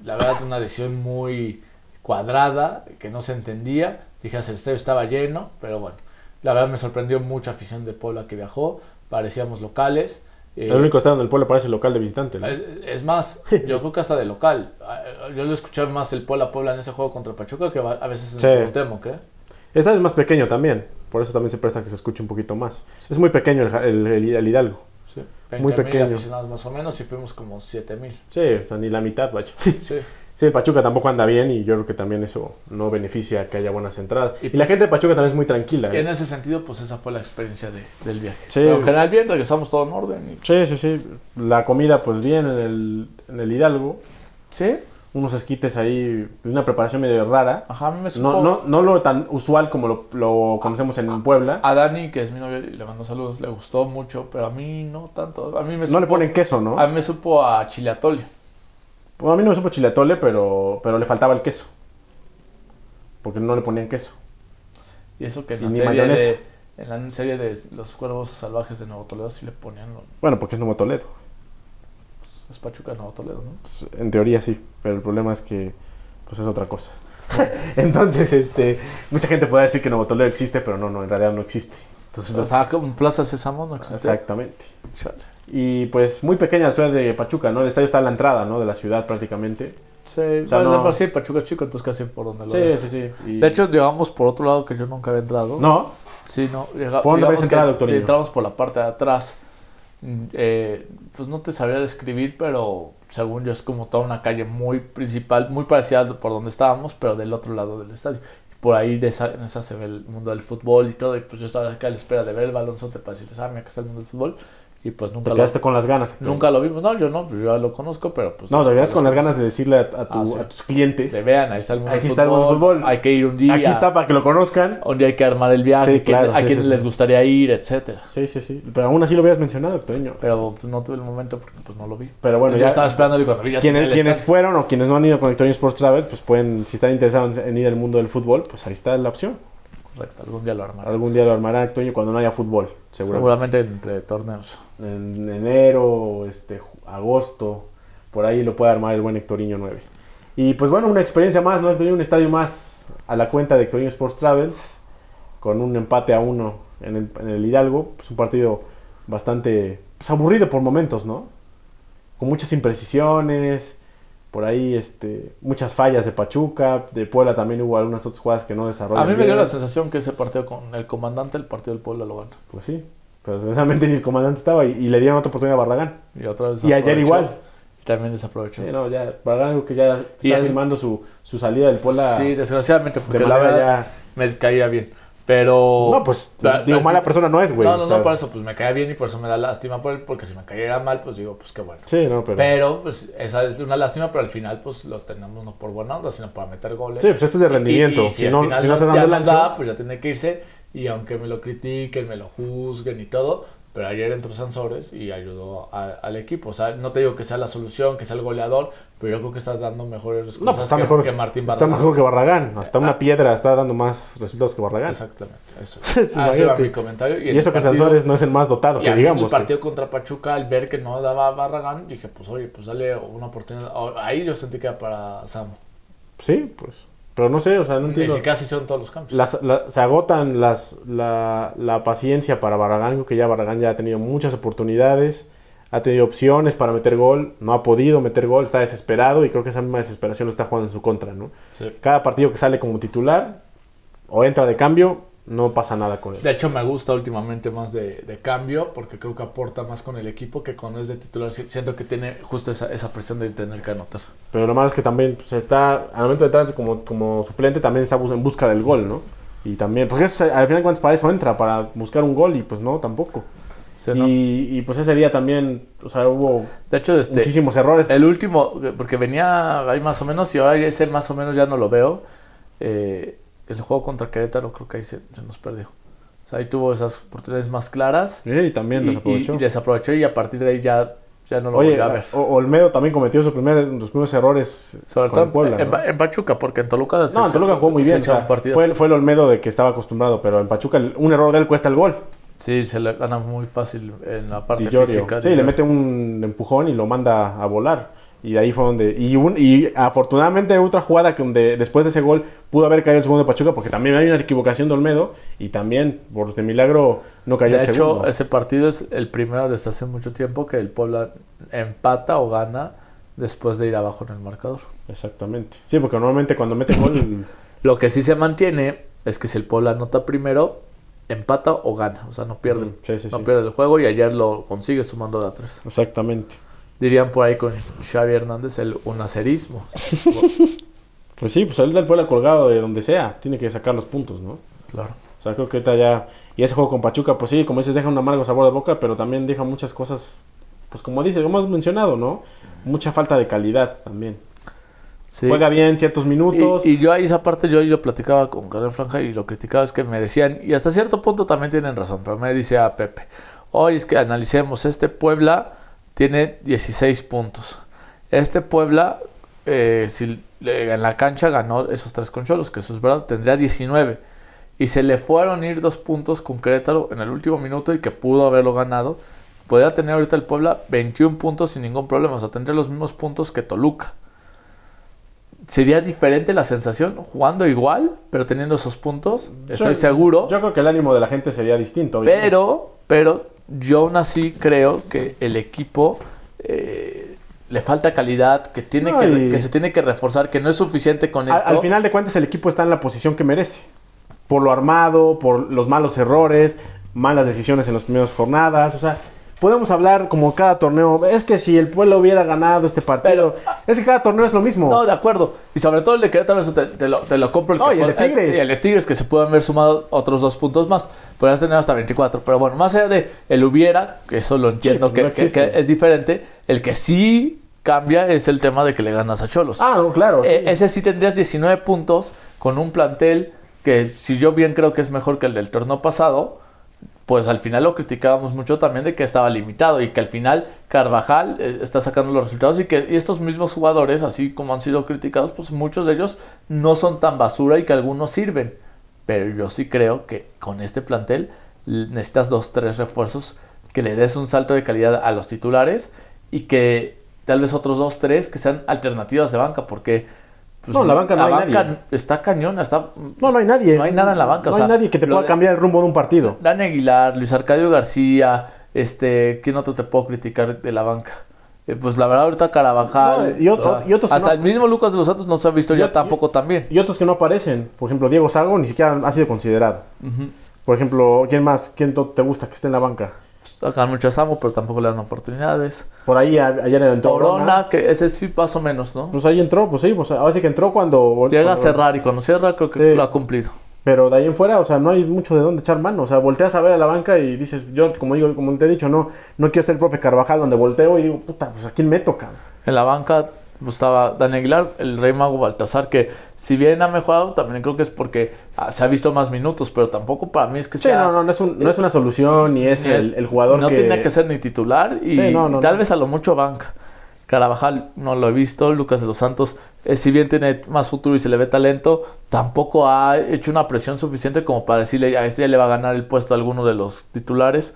[SPEAKER 2] la verdad, una decisión muy cuadrada, que no se entendía. Dije, el estadio estaba lleno, pero bueno, la verdad me sorprendió mucha afición de Puebla que viajó, parecíamos locales. eh,
[SPEAKER 1] el único estado en el pueblo parece local de visitante, ¿no?
[SPEAKER 2] es Eh, es más, yo creo que hasta de local. Ah, Yo lo escuché más el Puebla Puebla en ese juego contra Pachuca que va- a veces en
[SPEAKER 1] Sí.
[SPEAKER 2] el Cuauhtémoc, ¿eh?
[SPEAKER 1] Esta es más pequeño también, por eso también se presta que se escuche un poquito más. Es muy pequeño el, ja- el- el- el Hidalgo.
[SPEAKER 2] Sí.
[SPEAKER 1] Muy
[SPEAKER 2] 20.000
[SPEAKER 1] pequeño.
[SPEAKER 2] aficionados más o menos y fuimos como 7000.
[SPEAKER 1] Sí, o sea, ni la mitad, vaya. <laughs> Sí,
[SPEAKER 2] Sí.
[SPEAKER 1] el Pachuca tampoco anda bien y yo creo que también eso no beneficia que haya buenas entradas. Y,
[SPEAKER 2] Y
[SPEAKER 1] la
[SPEAKER 2] pues-
[SPEAKER 1] gente de Pachuca también es muy tranquila.
[SPEAKER 2] Y en
[SPEAKER 1] ¿eh?
[SPEAKER 2] ese sentido, pues esa fue la experiencia de- del viaje.
[SPEAKER 1] Sí.
[SPEAKER 2] Pero en general bien, regresamos todo en orden. y-
[SPEAKER 1] Sí, sí, sí. La comida, pues bien, en el, en el Hidalgo.
[SPEAKER 2] Sí,
[SPEAKER 1] Unos esquites ahí, pues, una preparación medio rara.
[SPEAKER 2] ajá, a mí me supo.
[SPEAKER 1] No, no, no lo tan usual como lo, lo conocemos en Puebla.
[SPEAKER 2] A Dani, que es mi novio, y le mando saludos, le gustó mucho, pero a mí no tanto. A mí me
[SPEAKER 1] No le
[SPEAKER 2] supo-
[SPEAKER 1] ponen queso, ¿no?
[SPEAKER 2] A mí me supo a chile atole.
[SPEAKER 1] Bueno, a mí no me supo chile atole, pero, pero le faltaba el queso. Porque no le ponían queso.
[SPEAKER 2] Y eso que en
[SPEAKER 1] Y
[SPEAKER 2] la,
[SPEAKER 1] ni
[SPEAKER 2] serie
[SPEAKER 1] mayonesa.
[SPEAKER 2] de, en la serie de Los Cuervos Salvajes de Nuevo Toledo sí le ponían lo-
[SPEAKER 1] Bueno, porque es Nuevo Toledo.
[SPEAKER 2] Es Pachuca, no, Toledo, ¿no?
[SPEAKER 1] Pues, En teoría sí, pero el problema es que pues es otra
[SPEAKER 2] <laughs>
[SPEAKER 1] cosa. Entonces, este, mucha gente puede decir que Nuevo Toledo existe, pero no, no, en realidad no existe. Entonces,
[SPEAKER 2] O sea, como Plaza Sésamo no existe.
[SPEAKER 1] exactamente.
[SPEAKER 2] Chale.
[SPEAKER 1] Y pues muy pequeña la ciudad de Pachuca, ¿no? El estadio está a la entrada, ¿no? De la ciudad prácticamente.
[SPEAKER 2] Sí,
[SPEAKER 1] sea,
[SPEAKER 2] bueno,
[SPEAKER 1] no-
[SPEAKER 2] pero sí, Pachuca es chico, entonces casi por donde lo
[SPEAKER 1] Sí,
[SPEAKER 2] ves.
[SPEAKER 1] sí, sí. y-
[SPEAKER 2] De hecho, llegamos por otro lado que yo nunca había entrado.
[SPEAKER 1] no,
[SPEAKER 2] Sí, no. llega-
[SPEAKER 1] ¿Por dónde
[SPEAKER 2] digamos
[SPEAKER 1] habías
[SPEAKER 2] que
[SPEAKER 1] entrado, doctor Niño?
[SPEAKER 2] Entramos por la parte de atrás. Mm, eh, pues no te sabría describir, pero según yo es como toda una calle muy principal, muy parecida por donde estábamos, pero del otro lado del estadio. Por ahí de esa, en esa se ve el mundo del fútbol y todo. Y pues yo estaba acá a la espera de ver el balonzote para decir, pues, ah, mira, acá está el mundo del fútbol. Y pues nunca
[SPEAKER 1] te
[SPEAKER 2] lo-
[SPEAKER 1] quedaste con las ganas. Héctor.
[SPEAKER 2] Nunca lo vimos, no, yo no, pues yo ya lo conozco, pero pues...
[SPEAKER 1] No, te quedaste
[SPEAKER 2] sabes
[SPEAKER 1] con las
[SPEAKER 2] cómo
[SPEAKER 1] ganas de decirle a, a tu-
[SPEAKER 2] Ah, sí.
[SPEAKER 1] a tus clientes.
[SPEAKER 2] es. De vean, ahí está el mundo
[SPEAKER 1] Aquí
[SPEAKER 2] del
[SPEAKER 1] está el mundo del fútbol.
[SPEAKER 2] Hay que ir un día.
[SPEAKER 1] Aquí está para que lo conozcan.
[SPEAKER 2] Un día hay que armar el viaje,
[SPEAKER 1] Sí,
[SPEAKER 2] quién-
[SPEAKER 1] claro,
[SPEAKER 2] a
[SPEAKER 1] sí,
[SPEAKER 2] quién
[SPEAKER 1] sí,
[SPEAKER 2] les
[SPEAKER 1] sí.
[SPEAKER 2] gustaría ir, etcétera.
[SPEAKER 1] Sí, sí, sí. Pero aún así lo habías mencionado, Toño.
[SPEAKER 2] Pero pues, no tuve el momento porque pues no lo vi.
[SPEAKER 1] Pero bueno,
[SPEAKER 2] yo
[SPEAKER 1] ya-
[SPEAKER 2] estaba esperando y cuando vi ya tenía
[SPEAKER 1] Quienes,
[SPEAKER 2] el
[SPEAKER 1] quienes
[SPEAKER 2] stand.
[SPEAKER 1] fueron o quienes no han ido con Victorian Sports Travel, pues pueden, si están interesados en ir al mundo del fútbol, pues ahí está la opción.
[SPEAKER 2] Correcto, algún día lo armaré.
[SPEAKER 1] Algún día lo armará Toño cuando no haya fútbol, seguramente.
[SPEAKER 2] Seguramente entre torneos.
[SPEAKER 1] En enero, este, ju- agosto, por ahí lo puede armar el buen Hectorinho 9. Y pues bueno, una experiencia más, ¿no? Hectorinho, un estadio más a la cuenta de Hectorinho Sports Travels, con un empate a uno en el, en el Hidalgo. Pues un partido bastante pues, aburrido por momentos, ¿no? Con muchas imprecisiones, por ahí este, muchas fallas de Pachuca, de Puebla también hubo algunas otras jugadas que no desarrollaron.
[SPEAKER 2] A mí me dio la sensación que ese partido con el comandante, el partido del pueblo lo gana.
[SPEAKER 1] Pues sí, pero desgraciadamente ni el comandante estaba y, y le dieron otra oportunidad a Barragán.
[SPEAKER 2] Y otra vez
[SPEAKER 1] Y ayer
[SPEAKER 2] aprovechó.
[SPEAKER 1] igual.
[SPEAKER 2] Y también desaprovechó.
[SPEAKER 1] Sí,
[SPEAKER 2] Sí,
[SPEAKER 1] no, ya, Barragán creo que ya está
[SPEAKER 2] es-
[SPEAKER 1] firmando su, su salida del Puebla de
[SPEAKER 2] desgraciadamente, porque la
[SPEAKER 1] manera
[SPEAKER 2] verdad
[SPEAKER 1] ya...
[SPEAKER 2] me caía bien. Pero.
[SPEAKER 1] No, pues,
[SPEAKER 2] la-
[SPEAKER 1] digo,
[SPEAKER 2] la-
[SPEAKER 1] mala persona no es, güey.
[SPEAKER 2] No, no,
[SPEAKER 1] o sea,
[SPEAKER 2] no, por eso, pues me cae bien y por eso me da lástima por él, porque si me cayera mal, pues digo, pues qué bueno.
[SPEAKER 1] Sí, no, pero...
[SPEAKER 2] Pero, pues, esa es una lástima, pero al final, pues, lo tenemos no por buena onda, sino para meter goles.
[SPEAKER 1] Sí, pues esto es de rendimiento.
[SPEAKER 2] Y- y
[SPEAKER 1] si,
[SPEAKER 2] al
[SPEAKER 1] no,
[SPEAKER 2] final
[SPEAKER 1] si no
[SPEAKER 2] ya
[SPEAKER 1] estás dando el ancho...
[SPEAKER 2] da, pues ya tiene que irse. Y aunque me lo critiquen, me lo juzguen y todo, pero ayer entró Sansores y ayudó a- al equipo. O sea, no te digo que sea la solución, que sea el goleador, pero yo creo que estás dando mejores cosas
[SPEAKER 1] No, pues está
[SPEAKER 2] que,
[SPEAKER 1] mejor
[SPEAKER 2] que Martín
[SPEAKER 1] Está
[SPEAKER 2] Barragán. Ah.
[SPEAKER 1] mejor que Barragán. Hasta una piedra está dando más resultados que Barragán.
[SPEAKER 2] Exactamente, eso.
[SPEAKER 1] <laughs> Sí,
[SPEAKER 2] Ah, ese era
[SPEAKER 1] imagínate.
[SPEAKER 2] mi comentario.
[SPEAKER 1] Y
[SPEAKER 2] en
[SPEAKER 1] eso
[SPEAKER 2] el
[SPEAKER 1] que
[SPEAKER 2] partido-
[SPEAKER 1] Sansores no es el más dotado,
[SPEAKER 2] y
[SPEAKER 1] que
[SPEAKER 2] a mí en el
[SPEAKER 1] digamos.
[SPEAKER 2] partido contra Pachuca, al ver que no daba a Barragán, dije, pues oye, pues dale una oportunidad. Ahí yo sentí que era para Sam.
[SPEAKER 1] Sí, pues. Pero no sé, o sea, no
[SPEAKER 2] Y
[SPEAKER 1] entiendo.
[SPEAKER 2] si casi son todos los cambios.
[SPEAKER 1] Las- la- se agotan las, la, la paciencia para Barragán, creo que ya Barragán ya ha tenido muchas oportunidades, ha tenido opciones para meter gol, no ha podido meter gol, está desesperado y creo que esa misma desesperación lo está jugando en su contra, ¿no?
[SPEAKER 2] Sí.
[SPEAKER 1] Cada partido que sale como titular o entra de cambio, no pasa nada con él.
[SPEAKER 2] De hecho, me gusta últimamente más de, de cambio porque creo que aporta más con el equipo que cuando es de titular. Si- Siento que tiene justo esa, esa presión de tener que anotar.
[SPEAKER 1] Pero lo malo es que también pues, está, al momento de entrar como, como suplente, también está bus- en busca del gol, ¿no? Y también, porque eso, al final de cuentas para eso entra, para buscar un gol y pues no, tampoco.
[SPEAKER 2] Sí,
[SPEAKER 1] y,
[SPEAKER 2] ¿no?
[SPEAKER 1] y, pues ese día también, o sea, hubo
[SPEAKER 2] De hecho, este,
[SPEAKER 1] muchísimos errores.
[SPEAKER 2] el último, porque venía ahí más o menos y ahora ese más o menos ya no lo veo. Eh, el juego contra Querétaro creo que ahí se, se nos perdió. O sea, ahí tuvo esas oportunidades más claras.
[SPEAKER 1] Sí, y también
[SPEAKER 2] y,
[SPEAKER 1] los aprovechó.
[SPEAKER 2] y desaprovechó y a partir de ahí ya, ya no lo
[SPEAKER 1] Oye,
[SPEAKER 2] volvió a ver.
[SPEAKER 1] o- Olmedo también cometió su primer, los primeros errores
[SPEAKER 2] Sobre
[SPEAKER 1] con el
[SPEAKER 2] todo eh,
[SPEAKER 1] Puebla,
[SPEAKER 2] en,
[SPEAKER 1] ¿no?
[SPEAKER 2] Pa- en Pachuca, porque en Toluca... se
[SPEAKER 1] No, en
[SPEAKER 2] echó-
[SPEAKER 1] Toluca jugó muy
[SPEAKER 2] se
[SPEAKER 1] bien. o
[SPEAKER 2] echaron
[SPEAKER 1] sea,
[SPEAKER 2] partidos.
[SPEAKER 1] fue, el- fue el Olmedo de que estaba acostumbrado, pero en Pachuca el- un error de él cuesta el gol.
[SPEAKER 2] Sí, se le gana muy fácil en la parte
[SPEAKER 1] Di Llorio.
[SPEAKER 2] física.
[SPEAKER 1] Sí,
[SPEAKER 2] Di
[SPEAKER 1] le
[SPEAKER 2] Llorio.
[SPEAKER 1] mete un empujón y lo manda a volar. Y de ahí fue donde. Y, un- y afortunadamente otra jugada que donde después de ese gol pudo haber caído el segundo de Pachuca, porque también hay una equivocación de Olmedo y también, por de milagro, no cayó
[SPEAKER 2] De
[SPEAKER 1] el
[SPEAKER 2] hecho,
[SPEAKER 1] segundo.
[SPEAKER 2] ese partido es el primero desde hace mucho tiempo que el Puebla empata o gana después de ir abajo en el marcador.
[SPEAKER 1] Exactamente. Sí, porque normalmente cuando mete gol. <laughs>
[SPEAKER 2] Lo que sí se mantiene es que si el Puebla anota primero, empata o gana. O sea, no pierde.
[SPEAKER 1] Ujú, Mm, sí, sí,
[SPEAKER 2] no
[SPEAKER 1] sí.
[SPEAKER 2] pierde el juego y ayer lo consigue sumando de a tres.
[SPEAKER 1] Exactamente.
[SPEAKER 2] Dirían por ahí con Xavi Hernández el
[SPEAKER 1] <laughs>
[SPEAKER 2] unacerismo.
[SPEAKER 1] Pues sí, pues él del Puebla colgado de donde sea. Tiene que sacar los puntos, ¿no?
[SPEAKER 2] claro.
[SPEAKER 1] O sea, creo que ahorita ya. Y ese juego con Pachuca, pues sí, como dices, deja un amargo sabor de boca, pero también deja muchas cosas. Pues como dices, como has mencionado, ¿no? Mucha falta de calidad también.
[SPEAKER 2] Sí.
[SPEAKER 1] Juega bien ciertos minutos.
[SPEAKER 2] Y, y yo ahí esa parte, yo, yo platicaba con Carlos Franja y lo criticaba, es que me decían, y hasta cierto punto también tienen razón, pero me dice a Pepe, hoy es que analicemos, este Puebla tiene 16 puntos. Este Puebla, eh, si le- en la cancha ganó esos tres concholos, que eso es verdad, tendría 19. Y se le fueron ir dos puntos con Querétaro en el último minuto y que pudo haberlo ganado. Podría tener ahorita el Puebla 21 puntos sin ningún problema, o sea, tendría los mismos puntos que Toluca sería diferente la sensación jugando igual, pero teniendo esos puntos, estoy
[SPEAKER 1] Yo-
[SPEAKER 2] seguro.
[SPEAKER 1] Yo creo que el ánimo de la gente sería distinto. obviamente.
[SPEAKER 2] pero, pero yo aún así creo que el equipo eh, le falta calidad, que tiene
[SPEAKER 1] No,
[SPEAKER 2] que,
[SPEAKER 1] y-
[SPEAKER 2] que se tiene que reforzar, que no es suficiente con
[SPEAKER 1] Al-
[SPEAKER 2] esto.
[SPEAKER 1] al, final de cuentas, el equipo está en la posición que merece. Por lo armado, por los malos errores, malas decisiones en las primeras jornadas. O sea, podemos hablar como cada torneo. Es que si el pueblo hubiera ganado este partido. es que cada torneo es lo mismo.
[SPEAKER 2] No, de acuerdo. Y sobre todo el de Querétaro, eso te, te lo, te lo compro.
[SPEAKER 1] No,
[SPEAKER 2] que
[SPEAKER 1] y el de
[SPEAKER 2] puede-
[SPEAKER 1] Tigres.
[SPEAKER 2] Y el de Tigres, que se pueden haber sumado otros dos puntos más. Podrías tener hasta 24. Pero bueno, más allá de el hubiera, que eso lo entiendo
[SPEAKER 1] pues
[SPEAKER 2] que,
[SPEAKER 1] no
[SPEAKER 2] que-
[SPEAKER 1] existe.
[SPEAKER 2] que es diferente, el que sí cambia es el tema de que le ganas a Cholos.
[SPEAKER 1] ah, no, claro. sí.
[SPEAKER 2] Eh, ese sí tendrías 19 puntos con un plantel que, si yo bien creo que es mejor que el del torneo pasado, pues al final lo criticábamos mucho también de que estaba limitado y que al final Carvajal eh, está sacando los resultados y que y estos mismos jugadores, así como han sido criticados, pues muchos de ellos no son tan basura y que algunos sirven. Pero yo sí creo que con este plantel l- necesitas dos, tres refuerzos que le des un salto de calidad a los titulares y que tal vez otros dos, tres que sean alternativas de banca, porque pues,
[SPEAKER 1] No, la banca no hay nadie.
[SPEAKER 2] está cañona, está
[SPEAKER 1] No, no hay nadie.
[SPEAKER 2] No hay nada en la banca,
[SPEAKER 1] No
[SPEAKER 2] o sea,
[SPEAKER 1] hay nadie que te
[SPEAKER 2] lo
[SPEAKER 1] pueda
[SPEAKER 2] de-
[SPEAKER 1] cambiar el rumbo de un partido.
[SPEAKER 2] Dani Aguilar, Luis Arcadio García, este, ¿quién otro te puedo criticar de la banca? Eh, pues la verdad ahorita Carabajal,
[SPEAKER 1] No, y ot- y otros que
[SPEAKER 2] hasta
[SPEAKER 1] no.
[SPEAKER 2] el mismo Lucas de los Santos no se ha visto
[SPEAKER 1] Yo-
[SPEAKER 2] ya tampoco tan bien.
[SPEAKER 1] Y otros que no aparecen. Por ejemplo, Diego Sago ni siquiera ha sido considerado. Por ejemplo, ¿quién más? ¿Quién to- te gusta que esté en la banca?
[SPEAKER 2] Acá muchas amo, pero tampoco le dan oportunidades.
[SPEAKER 1] Por ahí a- ayer entró. Corona.
[SPEAKER 2] Corona, que ese sí más o menos, ¿no?
[SPEAKER 1] Pues ahí entró, pues sí, pues ahora sí que entró cuando.
[SPEAKER 2] Llega a
[SPEAKER 1] cuando-
[SPEAKER 2] cerrar y cuando cierra creo que
[SPEAKER 1] Sí.
[SPEAKER 2] lo ha cumplido.
[SPEAKER 1] Pero de ahí en fuera, o sea, no hay mucho de dónde echar mano. O sea, volteas a ver a la banca y dices, yo, como digo, como te he dicho, no, no quiero ser el profe Carvajal donde volteo y digo, puta, pues a quién meto, cabrón.
[SPEAKER 2] En la banca pues, estaba Dan Aguilar, el Rey Mago Baltasar, que si bien ha mejorado, también creo que es porque ah, se ha visto más minutos, pero tampoco para mí es que
[SPEAKER 1] Sí,
[SPEAKER 2] sea. eh,
[SPEAKER 1] no, no, no es, un- no es una solución ni es,
[SPEAKER 2] ni es-
[SPEAKER 1] el, el jugador
[SPEAKER 2] no
[SPEAKER 1] que...
[SPEAKER 2] tenía que ser ni titular y
[SPEAKER 1] Sí, no, no,
[SPEAKER 2] tal
[SPEAKER 1] no.
[SPEAKER 2] vez a lo mucho banca. Carabajal no lo he visto, Lucas de los Santos, eh, si bien tiene más futuro y se le ve talento, tampoco ha hecho una presión suficiente como para decirle a este ya le va a ganar el puesto a alguno de los titulares.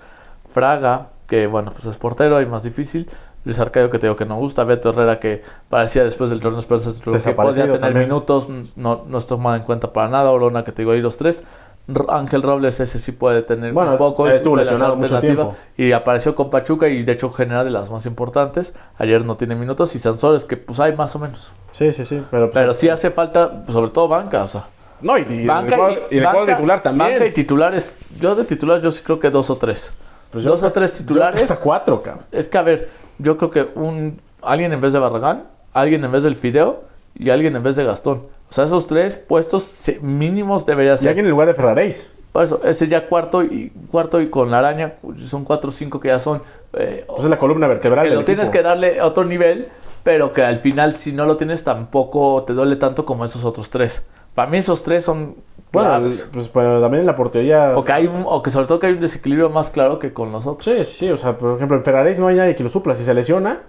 [SPEAKER 2] Fraga, que bueno, pues es portero y más difícil. Luis Arcadio, que te digo que no gusta. Beto Herrera, que parecía después del torneo esperanza que podía
[SPEAKER 1] Desaparecido
[SPEAKER 2] tener
[SPEAKER 1] también.
[SPEAKER 2] minutos, no, no es tomado en cuenta para nada. Orona, que te digo ahí los tres. R- Ángel Robles, ese sí puede tener
[SPEAKER 1] Bueno,
[SPEAKER 2] un poco. es
[SPEAKER 1] estuvo
[SPEAKER 2] de las
[SPEAKER 1] lesionado mucho
[SPEAKER 2] alternativas.
[SPEAKER 1] tiempo.
[SPEAKER 2] Y apareció con Pachuca y de hecho genera de las más importantes. Ayer no tiene minutos y Sansores que pues hay más o menos.
[SPEAKER 1] Sí, sí, sí, pero... pues,
[SPEAKER 2] Pero sí hace falta, pues, sobre todo banca, o sea.
[SPEAKER 1] No, y, y, el
[SPEAKER 2] Banca
[SPEAKER 1] cuadro- y el
[SPEAKER 2] banca-
[SPEAKER 1] cuadro titular también.
[SPEAKER 2] Banca y titulares. Yo de titulares yo sí creo que dos o tres.
[SPEAKER 1] Pues yo
[SPEAKER 2] dos
[SPEAKER 1] creo-
[SPEAKER 2] o tres titulares.
[SPEAKER 1] Hasta cuatro, cabrón.
[SPEAKER 2] Es que a ver, yo creo que un alguien en vez de Barragán, alguien en vez del Fideo y alguien en vez de Gastón. O sea, esos tres puestos se- mínimos debería
[SPEAKER 1] Y
[SPEAKER 2] ser.
[SPEAKER 1] aquí en el lugar de Ferraréis.
[SPEAKER 2] Por eso, ese ya cuarto y cuarto y con la araña, son cuatro o cinco que ya son. eh,
[SPEAKER 1] Pues es la columna vertebral
[SPEAKER 2] que
[SPEAKER 1] del
[SPEAKER 2] lo tienes
[SPEAKER 1] equipo.
[SPEAKER 2] que darle a otro nivel, pero que al final si no lo tienes tampoco te duele tanto como esos otros tres. Para mí esos tres son
[SPEAKER 1] Bueno,
[SPEAKER 2] claves.
[SPEAKER 1] el- pues, pero también en la portería...
[SPEAKER 2] o, que hay un- o que sobre todo que hay un desequilibrio más claro que con los otros.
[SPEAKER 1] Sí, sí, o sea, por ejemplo, en Ferraréis no hay nadie que lo supla. Si se lesiona,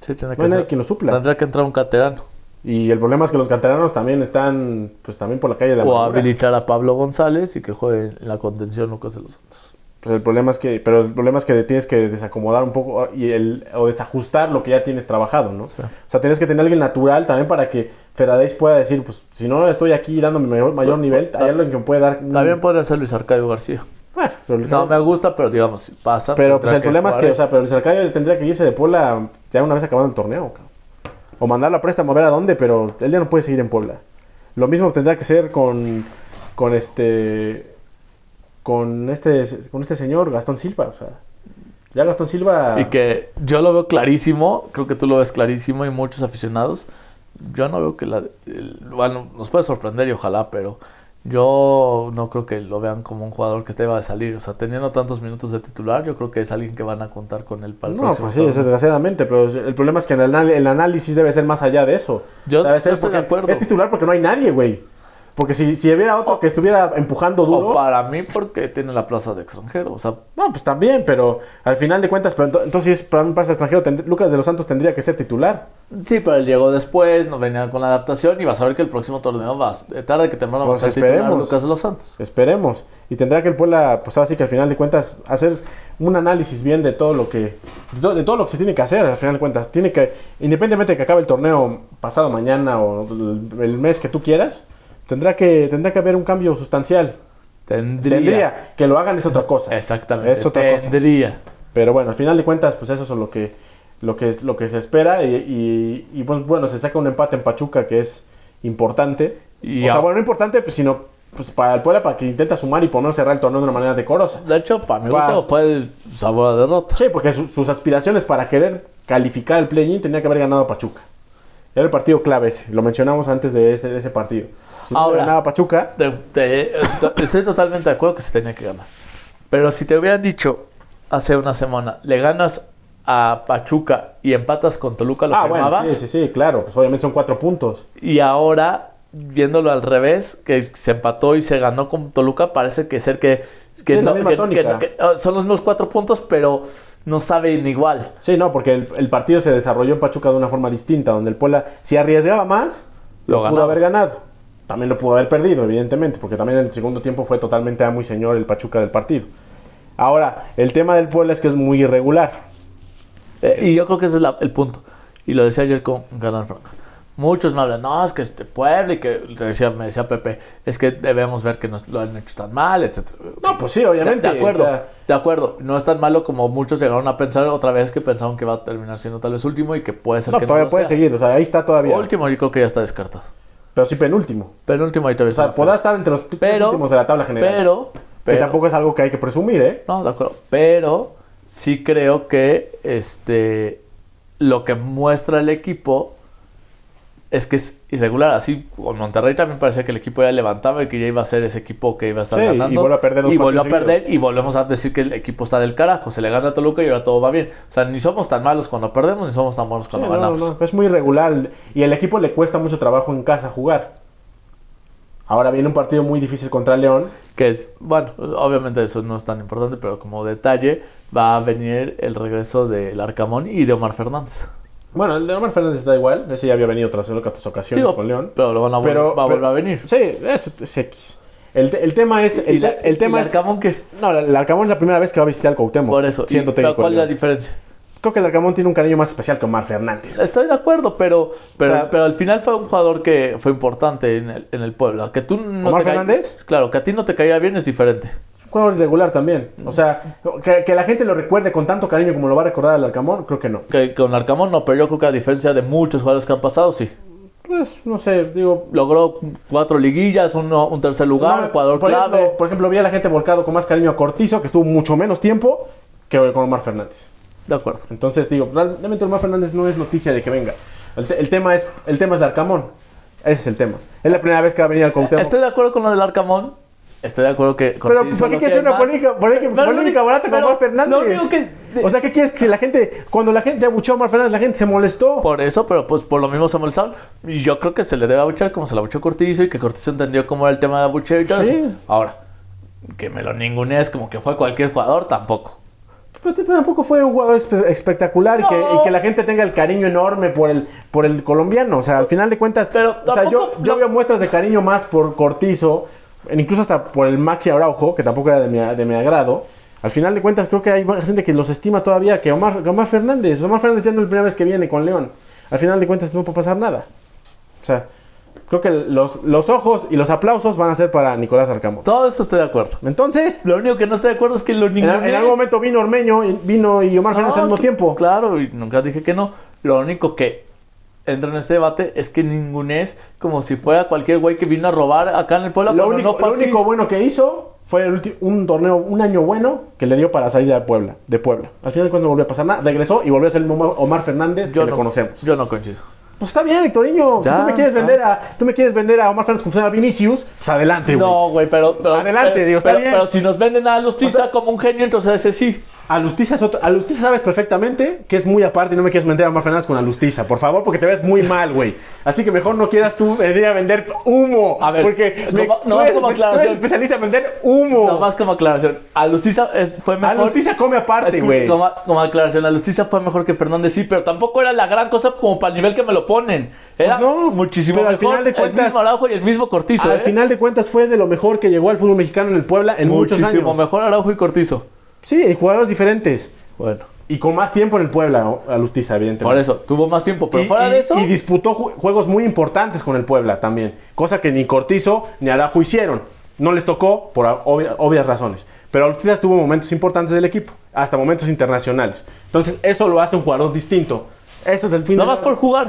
[SPEAKER 2] Sí, tiene
[SPEAKER 1] no hay nadie
[SPEAKER 2] entrar-
[SPEAKER 1] que lo supla.
[SPEAKER 2] Tendrá que entrar un caterano.
[SPEAKER 1] Y el problema es que los canteranos también están, pues también por la calle de la
[SPEAKER 2] O
[SPEAKER 1] amargura.
[SPEAKER 2] habilitar a Pablo González y que juegue en la contención Lucas de los Santos.
[SPEAKER 1] Pues el problema es que, pero el problema es que tienes que desacomodar un poco y el, o desajustar lo que ya tienes trabajado, ¿no?
[SPEAKER 2] Sí.
[SPEAKER 1] O sea, tienes que tener alguien natural también para que Ferraréis pueda decir, pues si no estoy aquí dando mi mayor, mayor nivel, hay alguien que me puede dar. un-
[SPEAKER 2] Pues, También podría ser Luis Arcadio García.
[SPEAKER 1] Bueno, Mm. pero, el-
[SPEAKER 2] No me gusta, pero digamos, si pasa.
[SPEAKER 1] pero
[SPEAKER 2] tendrá
[SPEAKER 1] pues el problema es
[SPEAKER 2] jugar
[SPEAKER 1] que,
[SPEAKER 2] ahí.
[SPEAKER 1] o sea, pero el Cercayo tendría que irse de Puebla ya una vez acabado el torneo, cabrón. O mandarlo a préstamo, a ver a dónde, pero él ya no puede seguir en Puebla. Lo mismo tendrá que ser con, con este. Con este, con este señor, Gastón Silva, o sea. Ya Gastón Silva.
[SPEAKER 2] Y que yo lo veo clarísimo, creo que tú lo ves clarísimo y muchos aficionados. Yo no veo que la... el- bueno, nos puede sorprender y ojalá, pero yo no creo que lo vean como un jugador que te va a salir. O sea, teniendo tantos minutos de titular, yo creo que es alguien que van a contar con él para el
[SPEAKER 1] No,
[SPEAKER 2] próximo
[SPEAKER 1] pues sí, eso
[SPEAKER 2] torneo.
[SPEAKER 1] desgraciadamente, pero el problema es que el, anal- el análisis debe ser más allá de eso.
[SPEAKER 2] Yo-
[SPEAKER 1] O sea, debe
[SPEAKER 2] yo
[SPEAKER 1] ser
[SPEAKER 2] estoy de
[SPEAKER 1] porque
[SPEAKER 2] acuerdo.
[SPEAKER 1] Es titular porque no hay nadie, güey. Porque si, si hubiera otro que estuviera empujando duro.
[SPEAKER 2] O para mí porque tiene la plaza de extranjero. O sea,
[SPEAKER 1] No, pues también, pero al final de cuentas, pero ento- entonces para un pase extranjero, tend- Lucas de los Santos tendría que ser titular.
[SPEAKER 2] sí, pero él llegó después, nos venía con la adaptación y vas a ver que el próximo torneo vas, tarde que temprano
[SPEAKER 1] Pues
[SPEAKER 2] vas a ser titular
[SPEAKER 1] esperemos.
[SPEAKER 2] Lucas de los Santos.
[SPEAKER 1] Esperemos. Y tendrá que el Puebla, pues así que al final de cuentas, hacer un análisis bien de todo lo que. De to- de todo lo que se tiene que hacer, al final de cuentas. Tiene que. Independientemente de que acabe el torneo pasado mañana o el el mes que tú quieras, tendrá que, tendrá que haber un cambio sustancial.
[SPEAKER 2] Tendría.
[SPEAKER 1] Tendría. Que lo hagan es otra cosa.
[SPEAKER 2] Exactamente.
[SPEAKER 1] Es otra cosa.
[SPEAKER 2] tendría.
[SPEAKER 1] Pero bueno, al final de cuentas, pues eso es lo que, lo que, es, lo que se espera. Y, y- y, pues bueno, se saca un empate en Pachuca que es importante.
[SPEAKER 2] Y
[SPEAKER 1] o sea,
[SPEAKER 2] a-
[SPEAKER 1] bueno, no importante, pues, sino pues, para el Puebla, para que intenta sumar y por lo menos cerrar el torneo de una manera decorosa.
[SPEAKER 2] De hecho, para mi
[SPEAKER 1] Vas.
[SPEAKER 2] gusto fue el sabor a derrota.
[SPEAKER 1] Sí, porque su- sus aspiraciones para querer calificar el play-in tenía que haber ganado Pachuca. Era el partido clave ese, lo mencionamos antes de ese, de ese partido. Si no
[SPEAKER 2] Ahora-
[SPEAKER 1] ganaba Pachuca,
[SPEAKER 2] Te- te- esto- estoy totalmente de acuerdo que se tenía que ganar. Pero si te hubieran dicho hace una semana, le ganas a Pachuca y empatas con Toluca, lo
[SPEAKER 1] ah, bueno,
[SPEAKER 2] firmabas.
[SPEAKER 1] sí, sí, sí, claro, pues obviamente son cuatro puntos.
[SPEAKER 2] Y ahora, viéndolo al revés, que se empató y se ganó con Toluca, parece que ser que. que
[SPEAKER 1] Sí, la
[SPEAKER 2] no-
[SPEAKER 1] misma
[SPEAKER 2] que-
[SPEAKER 1] tónica.
[SPEAKER 2] que- que- ah, son los mismos cuatro puntos, pero no saben igual.
[SPEAKER 1] Sí, no, porque el, el partido se desarrolló en Pachuca de una forma distinta, donde el Puebla, si arriesgaba más,
[SPEAKER 2] Lo
[SPEAKER 1] lo, pudo
[SPEAKER 2] ganaba.
[SPEAKER 1] haber ganado. También lo pudo haber perdido, evidentemente, porque también en el segundo tiempo fue totalmente amo y señor el Pachuca del partido. Ahora, el tema del Puebla es que es muy irregular.
[SPEAKER 2] Eh, y yo creo que ese es la- el punto. Y lo decía ayer con Galán Franca. Muchos me hablan, no, es que este pueblo y que te decía, me decía Pepe, es que debemos ver que no es- lo han hecho tan mal, etcétera.
[SPEAKER 1] No, pues sí,
[SPEAKER 2] De,
[SPEAKER 1] obviamente.
[SPEAKER 2] de acuerdo,
[SPEAKER 1] o sea,
[SPEAKER 2] de acuerdo. No es tan malo como muchos llegaron a pensar otra vez que pensaron que va a terminar siendo tal vez último y que puede ser
[SPEAKER 1] no,
[SPEAKER 2] que
[SPEAKER 1] todavía
[SPEAKER 2] no lo
[SPEAKER 1] puede
[SPEAKER 2] sea.
[SPEAKER 1] seguir, o sea, ahí está todavía.
[SPEAKER 2] Último yo creo que ya está descartado.
[SPEAKER 1] Pero sí penúltimo.
[SPEAKER 2] Penúltimo ahí todavía
[SPEAKER 1] O
[SPEAKER 2] está.
[SPEAKER 1] sea, podrá estar entre los tres
[SPEAKER 2] pero,
[SPEAKER 1] últimos de la tabla general.
[SPEAKER 2] Pero,
[SPEAKER 1] que
[SPEAKER 2] pero-
[SPEAKER 1] tampoco es algo que hay que presumir, ¿eh?
[SPEAKER 2] No, de acuerdo. Pero sí creo que este lo que muestra el equipo es que es irregular. Así con Monterrey también parecía que el equipo ya levantaba y que ya iba a ser ese equipo que iba a estar
[SPEAKER 1] Sí, y
[SPEAKER 2] ganando.
[SPEAKER 1] vuelve a perder dos
[SPEAKER 2] Y volvió a
[SPEAKER 1] partidos
[SPEAKER 2] perder y volvemos a decir que el equipo está del carajo. Se le gana a Toluca y ahora todo va bien. O sea, ni somos tan malos cuando perdemos, ni somos tan buenos
[SPEAKER 1] Sí,
[SPEAKER 2] cuando
[SPEAKER 1] no,
[SPEAKER 2] ganamos.
[SPEAKER 1] no, es muy irregular y al equipo le cuesta mucho trabajo en casa jugar. Ahora viene un partido muy difícil contra León.
[SPEAKER 2] Que es, bueno, obviamente eso no es tan importante, pero como detalle, va a venir el regreso del Arcamón y de Omar Fernández.
[SPEAKER 1] Bueno, el de Omar Fernández da igual, ese ya había venido otras otras
[SPEAKER 2] Sí,
[SPEAKER 1] ocasiones
[SPEAKER 2] o-
[SPEAKER 1] con León.
[SPEAKER 2] pero lo van a vol-
[SPEAKER 1] Pero-
[SPEAKER 2] va a
[SPEAKER 1] pero-
[SPEAKER 2] volver a venir.
[SPEAKER 1] Sí, eso es X. El, te- el tema es. El,
[SPEAKER 2] y la-
[SPEAKER 1] te- el tema
[SPEAKER 2] y
[SPEAKER 1] es.
[SPEAKER 2] Arcamón que
[SPEAKER 1] No, el Arcamón es la primera vez que va a visitar al Cuauhtémoc.
[SPEAKER 2] por eso. Y-
[SPEAKER 1] Siendo
[SPEAKER 2] pero
[SPEAKER 1] técnico. del
[SPEAKER 2] ¿cuál es la
[SPEAKER 1] León.
[SPEAKER 2] diferencia?
[SPEAKER 1] Creo que el Arcamón tiene un cariño más especial que Omar Fernández.
[SPEAKER 2] Estoy de acuerdo, pero pero,
[SPEAKER 1] O sea-
[SPEAKER 2] pero al final fue un jugador que fue importante en el, en el Puebla. Que tú no
[SPEAKER 1] ¿Omar
[SPEAKER 2] te ca-
[SPEAKER 1] Fernández?
[SPEAKER 2] Claro, que a ti no te caía bien es diferente.
[SPEAKER 1] Es un jugador irregular también. O sea, que, que la gente lo recuerde con tanto cariño como lo va a recordar al Arcamón, creo que no.
[SPEAKER 2] Que con Arcamón no, pero yo creo que a diferencia de muchos jugadores que han pasado, sí.
[SPEAKER 1] Pues, no sé, digo.
[SPEAKER 2] Logró cuatro liguillas, uno, un tercer lugar,
[SPEAKER 1] no,
[SPEAKER 2] un jugador
[SPEAKER 1] por
[SPEAKER 2] clave.
[SPEAKER 1] Ejemplo, por ejemplo, vi a la gente volcado con más cariño a Cortizo, que estuvo mucho menos tiempo que con Omar Fernández.
[SPEAKER 2] De acuerdo.
[SPEAKER 1] Entonces, digo, realmente Omar Fernández no es noticia de que venga. El, te- el tema es el tema es el Arcamón. Ese es el tema. Es la primera vez que va a venir al Cuauhtémoc.
[SPEAKER 2] Estoy de acuerdo con lo del Arcamón. Estoy de acuerdo que.
[SPEAKER 1] Pero
[SPEAKER 2] Cortizo
[SPEAKER 1] ¿para qué quieres
[SPEAKER 2] no tiene
[SPEAKER 1] hacer una
[SPEAKER 2] más.
[SPEAKER 1] polémica, polémica,
[SPEAKER 2] Pero lo
[SPEAKER 1] polémica
[SPEAKER 2] único-
[SPEAKER 1] barata con
[SPEAKER 2] pero
[SPEAKER 1] Omar Fernández?
[SPEAKER 2] lo único que-
[SPEAKER 1] O sea, ¿qué quieres que si la gente, cuando la gente abuchó a Omar Fernández, la gente se molestó?
[SPEAKER 2] Por eso, pero pues por lo mismo se molestaron. Y yo creo que se le debe abuchar como se le abuchó Cortizo y que Cortizo entendió cómo era el tema de abucheo y todo
[SPEAKER 1] Sí.
[SPEAKER 2] eso. Ahora, que me lo ningunees como que fue cualquier jugador, tampoco.
[SPEAKER 1] Pero t- tampoco fue un jugador espe- espectacular y, que,
[SPEAKER 2] No.
[SPEAKER 1] y que la gente tenga el cariño enorme por el, por el colombiano. O sea, al final de cuentas,
[SPEAKER 2] Pero
[SPEAKER 1] o sea, yo,
[SPEAKER 2] tampoco-
[SPEAKER 1] yo
[SPEAKER 2] no.
[SPEAKER 1] veo muestras de cariño más por Cortizo, e incluso hasta por el Maxi Araujo, que tampoco era de mi, de mi agrado. Al final de cuentas, creo que hay gente que los estima todavía, que Omar, que Omar Fernández. Omar Fernández ya no es la primera vez que viene con León. Al final de cuentas, no puede pasar nada. O sea, creo que los, los ojos y los aplausos van a ser para Nicolás Arcamo.
[SPEAKER 2] Todo eso estoy de acuerdo.
[SPEAKER 1] Entonces,
[SPEAKER 2] Lo único que no estoy de acuerdo es que lo
[SPEAKER 1] en,
[SPEAKER 2] ningunees.
[SPEAKER 1] en algún momento vino Ormeño, y- vino y Omar
[SPEAKER 2] No,
[SPEAKER 1] Fernández al mismo
[SPEAKER 2] cl-
[SPEAKER 1] tiempo.
[SPEAKER 2] Ah, Claro, y nunca dije que no. Lo único que entra en este debate es que ningunees como si fuera cualquier güey que vino a robar acá en el pueblo.
[SPEAKER 1] Lo
[SPEAKER 2] cuando
[SPEAKER 1] único,
[SPEAKER 2] no fue
[SPEAKER 1] lo
[SPEAKER 2] así.
[SPEAKER 1] único bueno que hizo fue el ulti- un torneo, un año bueno que le dio para salir de Puebla. De Puebla. Al final de cuentas no volvió a pasar nada. Regresó y volvió a ser el Omar Omar Fernández que le conocemos.
[SPEAKER 2] Yo no coincido.
[SPEAKER 1] Pues está bien, Hectorinho. Si
[SPEAKER 2] Ya,
[SPEAKER 1] tú me quieres
[SPEAKER 2] ya.
[SPEAKER 1] vender a, tú me quieres vender a Omar Fernández como si fuera Vinicius, pues adelante, güey.
[SPEAKER 2] No, güey, pero, pero-
[SPEAKER 1] Adelante,
[SPEAKER 2] pero-
[SPEAKER 1] digo, está
[SPEAKER 2] pero-
[SPEAKER 1] bien.
[SPEAKER 2] pero si nos venden a Lustiza
[SPEAKER 1] O sea-
[SPEAKER 2] como un genio, entonces ese sí.
[SPEAKER 1] A Lustiza es otro- a Lustiza sabes perfectamente que es muy aparte y no me quieres vender a Omar Fernández con Alustiza, por favor, porque te ves muy mal, güey. Así que mejor no quieras tú venir a vender humo.
[SPEAKER 2] A ver,
[SPEAKER 1] porque
[SPEAKER 2] como-
[SPEAKER 1] tú
[SPEAKER 2] no,
[SPEAKER 1] eres,
[SPEAKER 2] como
[SPEAKER 1] tú eres
[SPEAKER 2] aclaración.
[SPEAKER 1] especialista en vender humo.
[SPEAKER 2] Nada más como aclaración. A Lustiza es- fue
[SPEAKER 1] a
[SPEAKER 2] mejor.
[SPEAKER 1] Lustiza come aparte,
[SPEAKER 2] Escucha,
[SPEAKER 1] güey.
[SPEAKER 2] Como, como aclaración, a Lustiza fue mejor que Fernández, sí, pero tampoco era la gran cosa como para el nivel que me lo ponen. Era
[SPEAKER 1] Pues no,
[SPEAKER 2] muchísimo
[SPEAKER 1] pero al
[SPEAKER 2] mejor.
[SPEAKER 1] final de cuentas-
[SPEAKER 2] el mismo Araujo y el mismo Cortizo.
[SPEAKER 1] Al
[SPEAKER 2] ¿eh?
[SPEAKER 1] final de cuentas fue de lo mejor que llegó al fútbol mexicano en el Puebla en muchos
[SPEAKER 2] muchísimo
[SPEAKER 1] años.
[SPEAKER 2] mejor Araujo y Cortizo.
[SPEAKER 1] Sí, y jugadores diferentes.
[SPEAKER 2] Bueno,
[SPEAKER 1] Y con más tiempo en el Puebla, o- Alustiza, evidentemente.
[SPEAKER 2] por eso, tuvo más tiempo, pero
[SPEAKER 1] y,
[SPEAKER 2] fuera
[SPEAKER 1] y-
[SPEAKER 2] de eso.
[SPEAKER 1] y disputó ju- juegos muy importantes con el Puebla también. Cosa que ni Cortizo ni Alajo hicieron. No les tocó por a- obvia- obvias razones. Pero Alustiza tuvo momentos importantes del equipo. Hasta momentos internacionales. Entonces, eso lo hace un jugador distinto. Eso es el fin
[SPEAKER 2] nada
[SPEAKER 1] de-
[SPEAKER 2] más por jugar.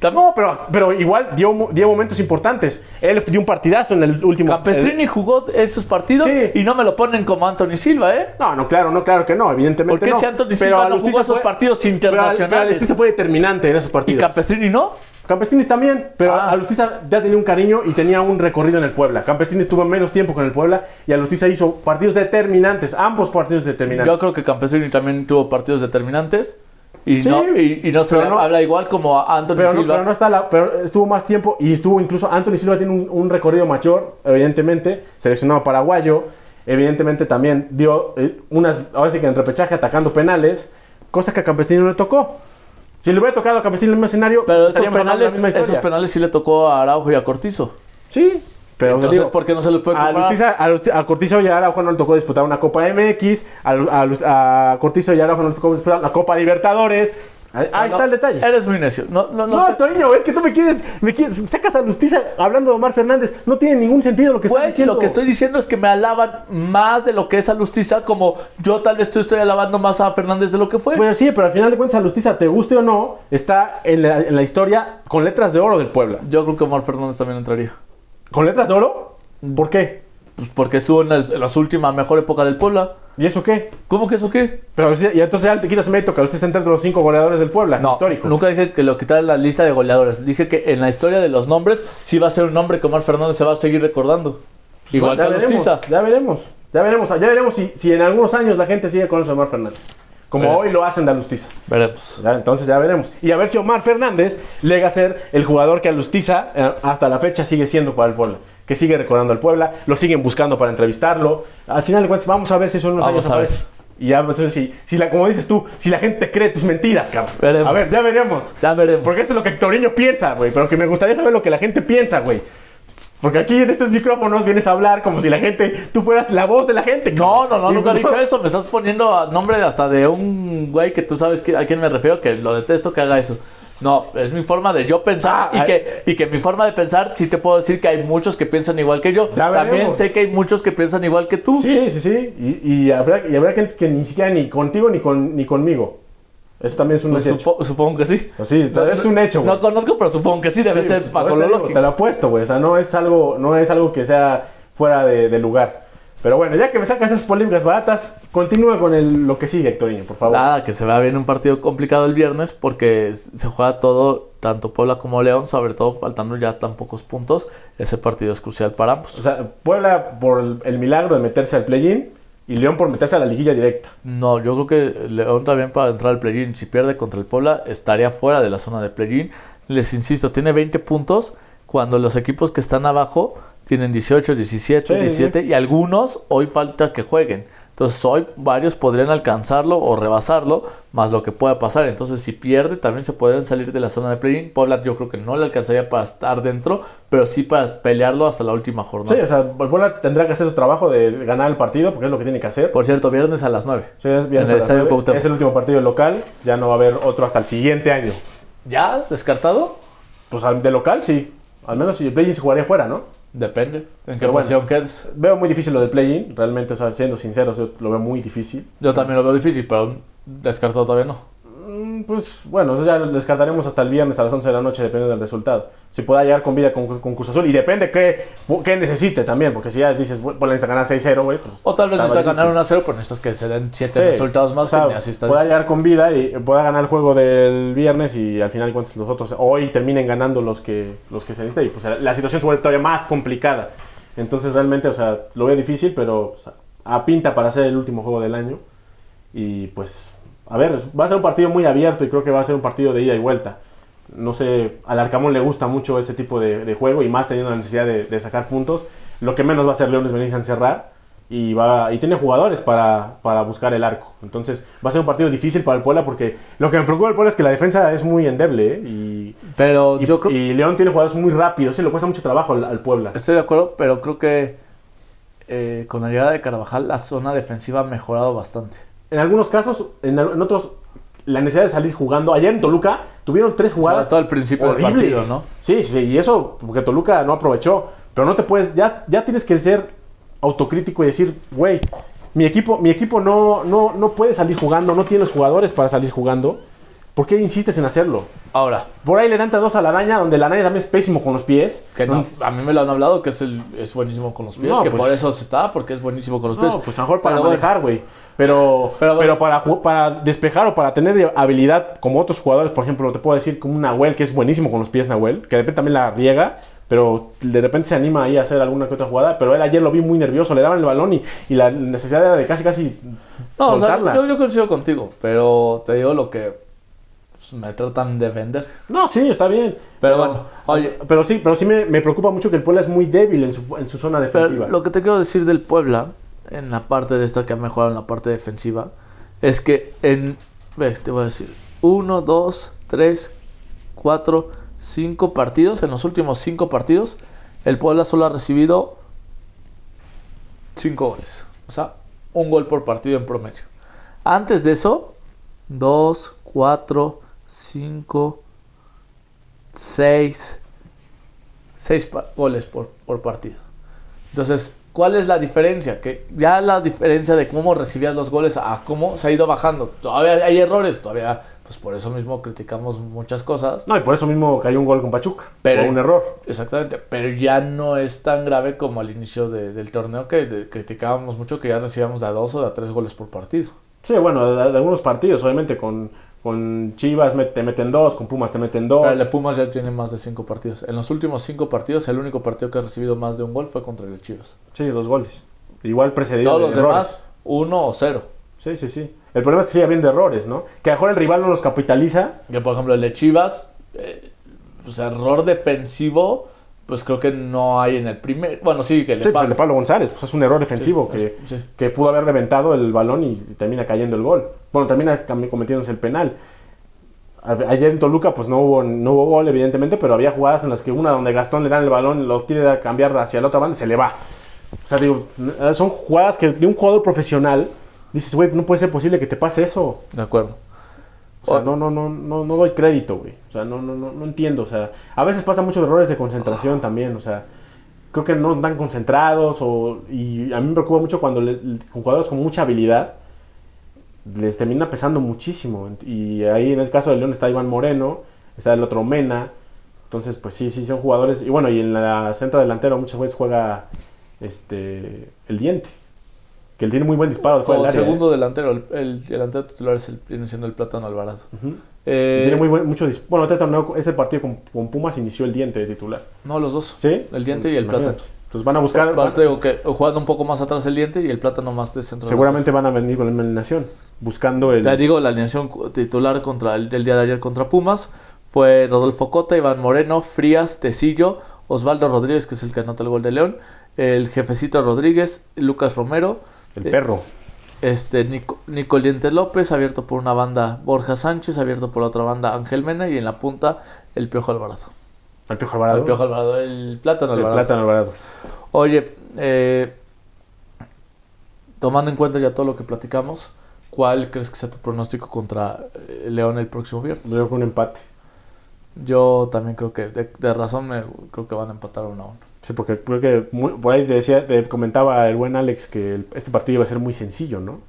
[SPEAKER 2] Tam-
[SPEAKER 1] No, pero, pero igual dio, mo- dio momentos importantes. Él dio un partidazo en el último. el-
[SPEAKER 2] Campestrini jugó esos partidos
[SPEAKER 1] Sí.
[SPEAKER 2] y no me lo ponen como Anthony Silva, ¿eh?
[SPEAKER 1] No, no, claro, no, claro que no, evidentemente
[SPEAKER 2] ¿Por qué
[SPEAKER 1] no.
[SPEAKER 2] si Anthony
[SPEAKER 1] Pero
[SPEAKER 2] Silva no
[SPEAKER 1] Alustiza
[SPEAKER 2] jugó esos
[SPEAKER 1] fue-
[SPEAKER 2] partidos
[SPEAKER 1] pero Al- Pero
[SPEAKER 2] internacionales?
[SPEAKER 1] Alustiza fue determinante en esos
[SPEAKER 2] y
[SPEAKER 1] partidos.
[SPEAKER 2] Campestrini no.
[SPEAKER 1] Campestini también, pero
[SPEAKER 2] Ah.
[SPEAKER 1] Alustiza ya tenía un cariño y tenía un recorrido en el Puebla. Campestini tuvo menos tiempo con el Puebla y Alustiza hizo partidos determinantes, ambos partidos determinantes.
[SPEAKER 2] Yo creo que Campesini también tuvo partidos determinantes y,
[SPEAKER 1] Sí,
[SPEAKER 2] no, y, y no se
[SPEAKER 1] pero
[SPEAKER 2] le
[SPEAKER 1] no-
[SPEAKER 2] habla igual como a Anthony
[SPEAKER 1] pero, no,
[SPEAKER 2] Silva.
[SPEAKER 1] pero no está la- pero estuvo más tiempo y estuvo incluso Anthony Silva tiene un, un recorrido mayor, evidentemente, seleccionado paraguayo, evidentemente también dio eh, unas, ahora sí que en repechaje atacando penales, cosa que a Campestini no le tocó. Si le hubiera tocado a Campestini en el mismo escenario,
[SPEAKER 2] Pero esos
[SPEAKER 1] estaríamos hablando de
[SPEAKER 2] penales,
[SPEAKER 1] la misma historia.
[SPEAKER 2] esos penales sí le tocó a Araujo y a Cortizo.
[SPEAKER 1] Sí, pero
[SPEAKER 2] Entonces,
[SPEAKER 1] digo,
[SPEAKER 2] ¿por qué no se les puede
[SPEAKER 1] a,
[SPEAKER 2] comparar?
[SPEAKER 1] Lustiza- a Lusti- a Cortizo y a Araujo no le tocó disputar una Copa MX, a, Lu- a Lus- a Cortizo y a Araujo no le tocó disputar la Copa Libertadores. Ahí, ahí
[SPEAKER 2] No,
[SPEAKER 1] está el detalle.
[SPEAKER 2] Eres muy necio. No, no, no.
[SPEAKER 1] No,
[SPEAKER 2] te-
[SPEAKER 1] Toño, es que tú me quieres, me quieres, sacas a Lustiza hablando de Omar Fernández. No tiene ningún sentido lo que
[SPEAKER 2] Güey,
[SPEAKER 1] estás diciendo.
[SPEAKER 2] lo que estoy diciendo es que me alaban más de lo que es a Lustiza, como yo tal vez tú estoy alabando más a Fernández de lo que fue.
[SPEAKER 1] Pero Pues, sí, pero al final de cuentas, a Lustiza, te guste o no, está en la, en la historia con letras de oro del Puebla.
[SPEAKER 2] yo creo que Omar Fernández también entraría.
[SPEAKER 1] ¿Con letras de oro? ¿Por qué?
[SPEAKER 2] Pues porque estuvo en, las- en las últimas mejor época del Puebla.
[SPEAKER 1] ¿Y eso qué?
[SPEAKER 2] ¿Cómo que eso qué?
[SPEAKER 1] Pero sí, y entonces ya te quitas mérito que usted está entre los cinco goleadores del Puebla,
[SPEAKER 2] No,
[SPEAKER 1] históricos.
[SPEAKER 2] nunca dije que lo quitara de la lista de goleadores. Dije que en la historia de los nombres sí va a ser un nombre que Omar Fernández se va a seguir recordando.
[SPEAKER 1] Pues,
[SPEAKER 2] Igual
[SPEAKER 1] ya
[SPEAKER 2] Carlos
[SPEAKER 1] veremos,
[SPEAKER 2] Tiza.
[SPEAKER 1] Ya veremos. Ya veremos, ya veremos si, si en algunos años la gente sigue con a Omar Fernández. Como
[SPEAKER 2] Veremos.
[SPEAKER 1] hoy lo hacen de Alustiza.
[SPEAKER 2] Veremos.
[SPEAKER 1] Ya, entonces ya veremos. Y a ver si Omar Fernández llega a ser el jugador que Alustiza eh, hasta la fecha sigue siendo para el Puebla. Que sigue recordando al Puebla, lo siguen buscando para entrevistarlo. Al final de cuentas, vamos a ver si son unos
[SPEAKER 2] Vamos
[SPEAKER 1] años
[SPEAKER 2] a ver.
[SPEAKER 1] aparece. Y ya, pues, si, si la, como dices tú, si la gente cree tus mentiras, cabrón.
[SPEAKER 2] Veremos.
[SPEAKER 1] A ver, ya veremos.
[SPEAKER 2] Ya veremos.
[SPEAKER 1] Porque eso es lo que Hectorinho piensa, güey. Pero que me gustaría saber lo que la gente piensa, güey. Porque aquí en estos micrófonos vienes a hablar como si la gente, tú fueras la voz de la gente.
[SPEAKER 2] No,
[SPEAKER 1] cabrón.
[SPEAKER 2] no, no,
[SPEAKER 1] Y <laughs>
[SPEAKER 2] nunca he
[SPEAKER 1] no-
[SPEAKER 2] dicho eso. Me estás poniendo a nombre hasta de un güey que tú sabes que- a quién me refiero, que lo detesto que haga eso. No, es mi forma de yo pensar
[SPEAKER 1] Ah,
[SPEAKER 2] y,
[SPEAKER 1] ay.
[SPEAKER 2] que, y que mi forma de pensar, sí te puedo decir que hay muchos que piensan igual que yo.
[SPEAKER 1] Ya
[SPEAKER 2] También
[SPEAKER 1] veremos.
[SPEAKER 2] sé que hay muchos que piensan igual que tú.
[SPEAKER 1] Sí, sí, sí. Y, y habrá, y habrá gente que ni siquiera ni contigo ni, con, ni conmigo. Eso también es un
[SPEAKER 2] Pues
[SPEAKER 1] hecho.
[SPEAKER 2] supo- supongo que sí.
[SPEAKER 1] Pues sí, o sea, es un hecho, güey.
[SPEAKER 2] No conozco, pero supongo que sí, debe
[SPEAKER 1] Sí,
[SPEAKER 2] ser
[SPEAKER 1] pues,
[SPEAKER 2] bajo
[SPEAKER 1] por eso
[SPEAKER 2] lo
[SPEAKER 1] te digo,
[SPEAKER 2] lógico.
[SPEAKER 1] Te lo apuesto, güey. O sea, no es algo, no es algo que sea fuera de, de lugar. Pero bueno, ya que me sacas esas polémicas baratas, continúa con el, lo que sigue, Hectorinho, por favor.
[SPEAKER 2] Nada, que se vea bien un partido complicado el viernes porque s- se juega todo, tanto Puebla como León, sobre todo faltando ya tan pocos puntos. Ese partido es crucial para ambos.
[SPEAKER 1] O sea, Puebla por el, el milagro de meterse al play-in y León por meterse a la liguilla directa.
[SPEAKER 2] No, yo creo que León también para entrar al play-in. Si pierde contra el Puebla, estaría fuera de la zona de play-in. Les insisto, tiene 20 puntos cuando los equipos que están abajo tienen 18, 17,
[SPEAKER 1] Sí, sí,
[SPEAKER 2] 17 y algunos hoy falta que jueguen. Entonces hoy varios podrían alcanzarlo o rebasarlo, más lo que pueda pasar. Entonces si pierde también se podrían salir de la zona de play-in. Puebla yo creo que no le alcanzaría para estar dentro, pero sí para pelearlo hasta la última
[SPEAKER 1] Sí,
[SPEAKER 2] jornada.
[SPEAKER 1] o sea, el Pues Puebla tendrá que hacer su trabajo de ganar el partido porque es lo que tiene que hacer.
[SPEAKER 2] Por cierto, viernes a las 9.
[SPEAKER 1] Sí, es, viernes
[SPEAKER 2] En el
[SPEAKER 1] a las
[SPEAKER 2] Estadio
[SPEAKER 1] nueve.
[SPEAKER 2] Cuauhtémoc.
[SPEAKER 1] Es el último partido local, ya no va a haber otro hasta el siguiente año.
[SPEAKER 2] ¿Ya? ¿Descartado?
[SPEAKER 1] Pues al- de local sí, al menos si el play-in se jugaría fuera, ¿no?
[SPEAKER 2] Depende. ¿En qué
[SPEAKER 1] Pero bueno.
[SPEAKER 2] posición quedes?
[SPEAKER 1] Veo muy difícil lo del play-in, realmente, o sea, siendo sinceros, yo lo veo muy difícil.
[SPEAKER 2] Yo también lo veo difícil, pero descartado todavía no.
[SPEAKER 1] Mm, Pues bueno, eso ya lo descartaremos hasta el viernes a las 11 de la noche, dependiendo del resultado. Si pueda llegar con vida con, con Cruz Azul, y depende qué, qué necesite también, porque si ya dices, bueno, necesita ganar 6-0, güey, pues.
[SPEAKER 2] O tal vez
[SPEAKER 1] está
[SPEAKER 2] necesitas
[SPEAKER 1] difícil.
[SPEAKER 2] ganar 1 a 0, pero necesitas que se den 7
[SPEAKER 1] Sí.
[SPEAKER 2] resultados más.
[SPEAKER 1] O sea,
[SPEAKER 2] que ni así está
[SPEAKER 1] pueda
[SPEAKER 2] difícil.
[SPEAKER 1] llegar con vida y pueda ganar el juego del viernes y al final cuentas los otros hoy terminen ganando los que los que se necesita y pues la, la situación se vuelve todavía más complicada entonces realmente o sea lo veo difícil pero o sea, a pinta para ser el último juego del año y pues a ver va a ser un partido muy abierto y creo que va a ser un partido de ida y vuelta no sé al Arcamón le gusta mucho ese tipo de, de juego y más teniendo la necesidad de, de sacar puntos lo que menos va a hacer León es venirse a encerrar y, va, y tiene jugadores para, para buscar el arco. Entonces va a ser un partido difícil para el Puebla porque lo que me preocupa del Puebla es que la defensa es muy endeble ¿eh? y,
[SPEAKER 2] Pero
[SPEAKER 1] y,
[SPEAKER 2] yo creo.
[SPEAKER 1] y León tiene jugadores muy rápidos, se le cuesta mucho trabajo al, al Puebla.
[SPEAKER 2] Estoy de acuerdo, pero creo que eh, con la llegada de Carvajal, la zona defensiva ha mejorado bastante.
[SPEAKER 1] En algunos casos, en, al- en otros, la necesidad de salir jugando. Ayer en Toluca tuvieron tres
[SPEAKER 2] Sobre
[SPEAKER 1] jugadas
[SPEAKER 2] todo al principio
[SPEAKER 1] horribles.
[SPEAKER 2] del partido, ¿no?
[SPEAKER 1] Sí, sí, y eso porque Toluca no aprovechó. Pero no te puedes, ya, ya tienes que ser autocrítico y decir, güey, mi equipo, mi equipo no, no, no puede salir jugando, no tiene los jugadores para salir jugando. ¿Por qué insistes en hacerlo?
[SPEAKER 2] Ahora,
[SPEAKER 1] Por ahí le dan dos a la araña, donde la araña también es pésimo con los pies.
[SPEAKER 2] que no-
[SPEAKER 1] Donde-
[SPEAKER 2] a mí me lo han hablado que es, el, es buenísimo con los pies,
[SPEAKER 1] No,
[SPEAKER 2] que
[SPEAKER 1] pues-
[SPEAKER 2] por eso se está, porque es buenísimo con los pies.
[SPEAKER 1] No, pues a lo mejor para
[SPEAKER 2] Pero bueno,
[SPEAKER 1] manejar, güey. Pero, pero,
[SPEAKER 2] Pero bueno.
[SPEAKER 1] para, ju- para despejar o para tener habilidad como otros jugadores, por ejemplo, te puedo decir como un Nahuel, que es buenísimo con los pies Nahuel, que de repente también la riega, pero de repente se anima ahí a hacer alguna que otra jugada, pero él ayer lo vi muy nervioso, le daban el balón y, y la necesidad era de casi casi
[SPEAKER 2] No, o sea,
[SPEAKER 1] soltarla.
[SPEAKER 2] yo, yo coincido contigo, pero te digo lo que pues, me tratan de vender.
[SPEAKER 1] No, sí, está bien.
[SPEAKER 2] Pero bueno, oye.
[SPEAKER 1] Pero sí, pero sí me, me preocupa mucho que el Puebla es muy débil en su, en su zona
[SPEAKER 2] Pero
[SPEAKER 1] defensiva.
[SPEAKER 2] lo que te quiero decir del Puebla, en la parte de esta que ha mejorado en la parte defensiva, es que en. ve, te voy a decir. 1, 2, 3, 4, 5 partidos. En los últimos 5 partidos, el Puebla solo ha recibido 5 goles. O sea, un gol por partido en promedio. Antes de eso, 2, 4, 5, 6, 6 goles por, por partido. Entonces, ¿cuál es la diferencia? Que ya la diferencia de cómo recibías los goles a cómo se ha ido bajando. Todavía hay errores, todavía pues por eso mismo criticamos muchas cosas.
[SPEAKER 1] No, y por eso mismo cayó un gol con Pachuca.
[SPEAKER 2] Pero-
[SPEAKER 1] Pero un error.
[SPEAKER 2] Exactamente, pero ya no es tan grave como al inicio de- del torneo que de- criticábamos mucho que ya recibíamos de a dos o de a tres goles por partido.
[SPEAKER 1] Sí, bueno, de, de algunos partidos, obviamente, con, con Chivas me- te meten dos, con Pumas te meten dos.
[SPEAKER 2] Pero el de Pumas ya tiene más de cinco partidos. En los últimos cinco partidos, el único partido que ha recibido más de un gol fue contra el Chivas.
[SPEAKER 1] Sí, dos goles. Igual precedido
[SPEAKER 2] Todos
[SPEAKER 1] de
[SPEAKER 2] los
[SPEAKER 1] errores.
[SPEAKER 2] demás, uno o cero.
[SPEAKER 1] Sí, sí, sí. El problema es que sigue habiendo errores, ¿no? Que a lo mejor el rival no los capitaliza.
[SPEAKER 2] Que por ejemplo el de Chivas, eh, pues error defensivo, pues creo que no hay en el primer. Bueno, sí, que le
[SPEAKER 1] Sí, pues
[SPEAKER 2] pasa.
[SPEAKER 1] el de Pablo González, pues es un error defensivo
[SPEAKER 2] Sí,
[SPEAKER 1] que,
[SPEAKER 2] es- sí.
[SPEAKER 1] que pudo haber reventado el balón y termina cayendo el gol. Bueno, termina cam- cometiéndose el penal. A- Ayer en Toluca pues no hubo, no hubo gol, evidentemente, pero había jugadas en las que una donde Gastón le dan el balón, lo quiere a cambiar hacia la otra banda y se le va. O sea, digo, n- son jugadas que de un jugador profesional dices, güey, no puede ser posible que te pase eso.
[SPEAKER 2] De acuerdo.
[SPEAKER 1] O sea,
[SPEAKER 2] O-
[SPEAKER 1] no, no, no, no, no doy crédito, güey. O sea, no, no, no, no entiendo. O sea, a veces pasan muchos errores de
[SPEAKER 2] Ah.
[SPEAKER 1] concentración también. O sea, creo que no están concentrados. O, y a mí me preocupa mucho cuando le- le- con jugadores con mucha habilidad les termina pesando muchísimo. Y ahí en el caso de León está Iván Moreno, está el otro Mena. Entonces, pues sí, sí, son jugadores. Y bueno, y en la centro delantero muchas veces juega este el diente. Que él tiene muy buen disparo de fuera
[SPEAKER 2] Como
[SPEAKER 1] del área, ¿eh?
[SPEAKER 2] segundo delantero, el, el delantero titular es el, viene siendo el Plátano Alvarado.
[SPEAKER 1] Ujú.
[SPEAKER 2] Eh,
[SPEAKER 1] Tiene muy buen- mucho dis- Bueno, este, torneo- este partido con, con Pumas inició el diente de titular.
[SPEAKER 2] No, los dos.
[SPEAKER 1] ¿Sí? Pues,
[SPEAKER 2] El diente y el
[SPEAKER 1] Imagínate.
[SPEAKER 2] plátano.
[SPEAKER 1] Entonces van a buscar.
[SPEAKER 2] Vas,
[SPEAKER 1] van-
[SPEAKER 2] digo, que jugando un poco más atrás el diente y el plátano más de centro.
[SPEAKER 1] seguramente van a venir con la eliminación. Buscando el.
[SPEAKER 2] Te digo, la alineación cu- titular contra el, del día de ayer contra Pumas fue Rodolfo Cota, Iván Moreno, Frías, Tecillo, Osvaldo Rodríguez, que es el que anota el gol de León, el jefecito Rodríguez, Lucas Romero,
[SPEAKER 1] el perro.
[SPEAKER 2] este, Nico, Nicoliente López, abierto por una banda Borja Sánchez, abierto por la otra banda Ángel Mena y en la punta el Piojo Alvarado.
[SPEAKER 1] Al Piojo Alvarado.
[SPEAKER 2] El Piojo Alvarado, el Plátano
[SPEAKER 1] El
[SPEAKER 2] Alvarado.
[SPEAKER 1] plátano Alvarado.
[SPEAKER 2] Oye, eh, tomando en cuenta ya todo lo que platicamos, ¿cuál crees que sea tu pronóstico contra eh, León el próximo viernes?
[SPEAKER 1] Yo creo que un empate.
[SPEAKER 2] Yo también creo que, de, de razón, me, creo que van a empatar uno a uno.
[SPEAKER 1] Sí, porque creo que muy- por ahí te decía, te comentaba el buen Alex que el- este partido iba a ser muy sencillo, ¿no?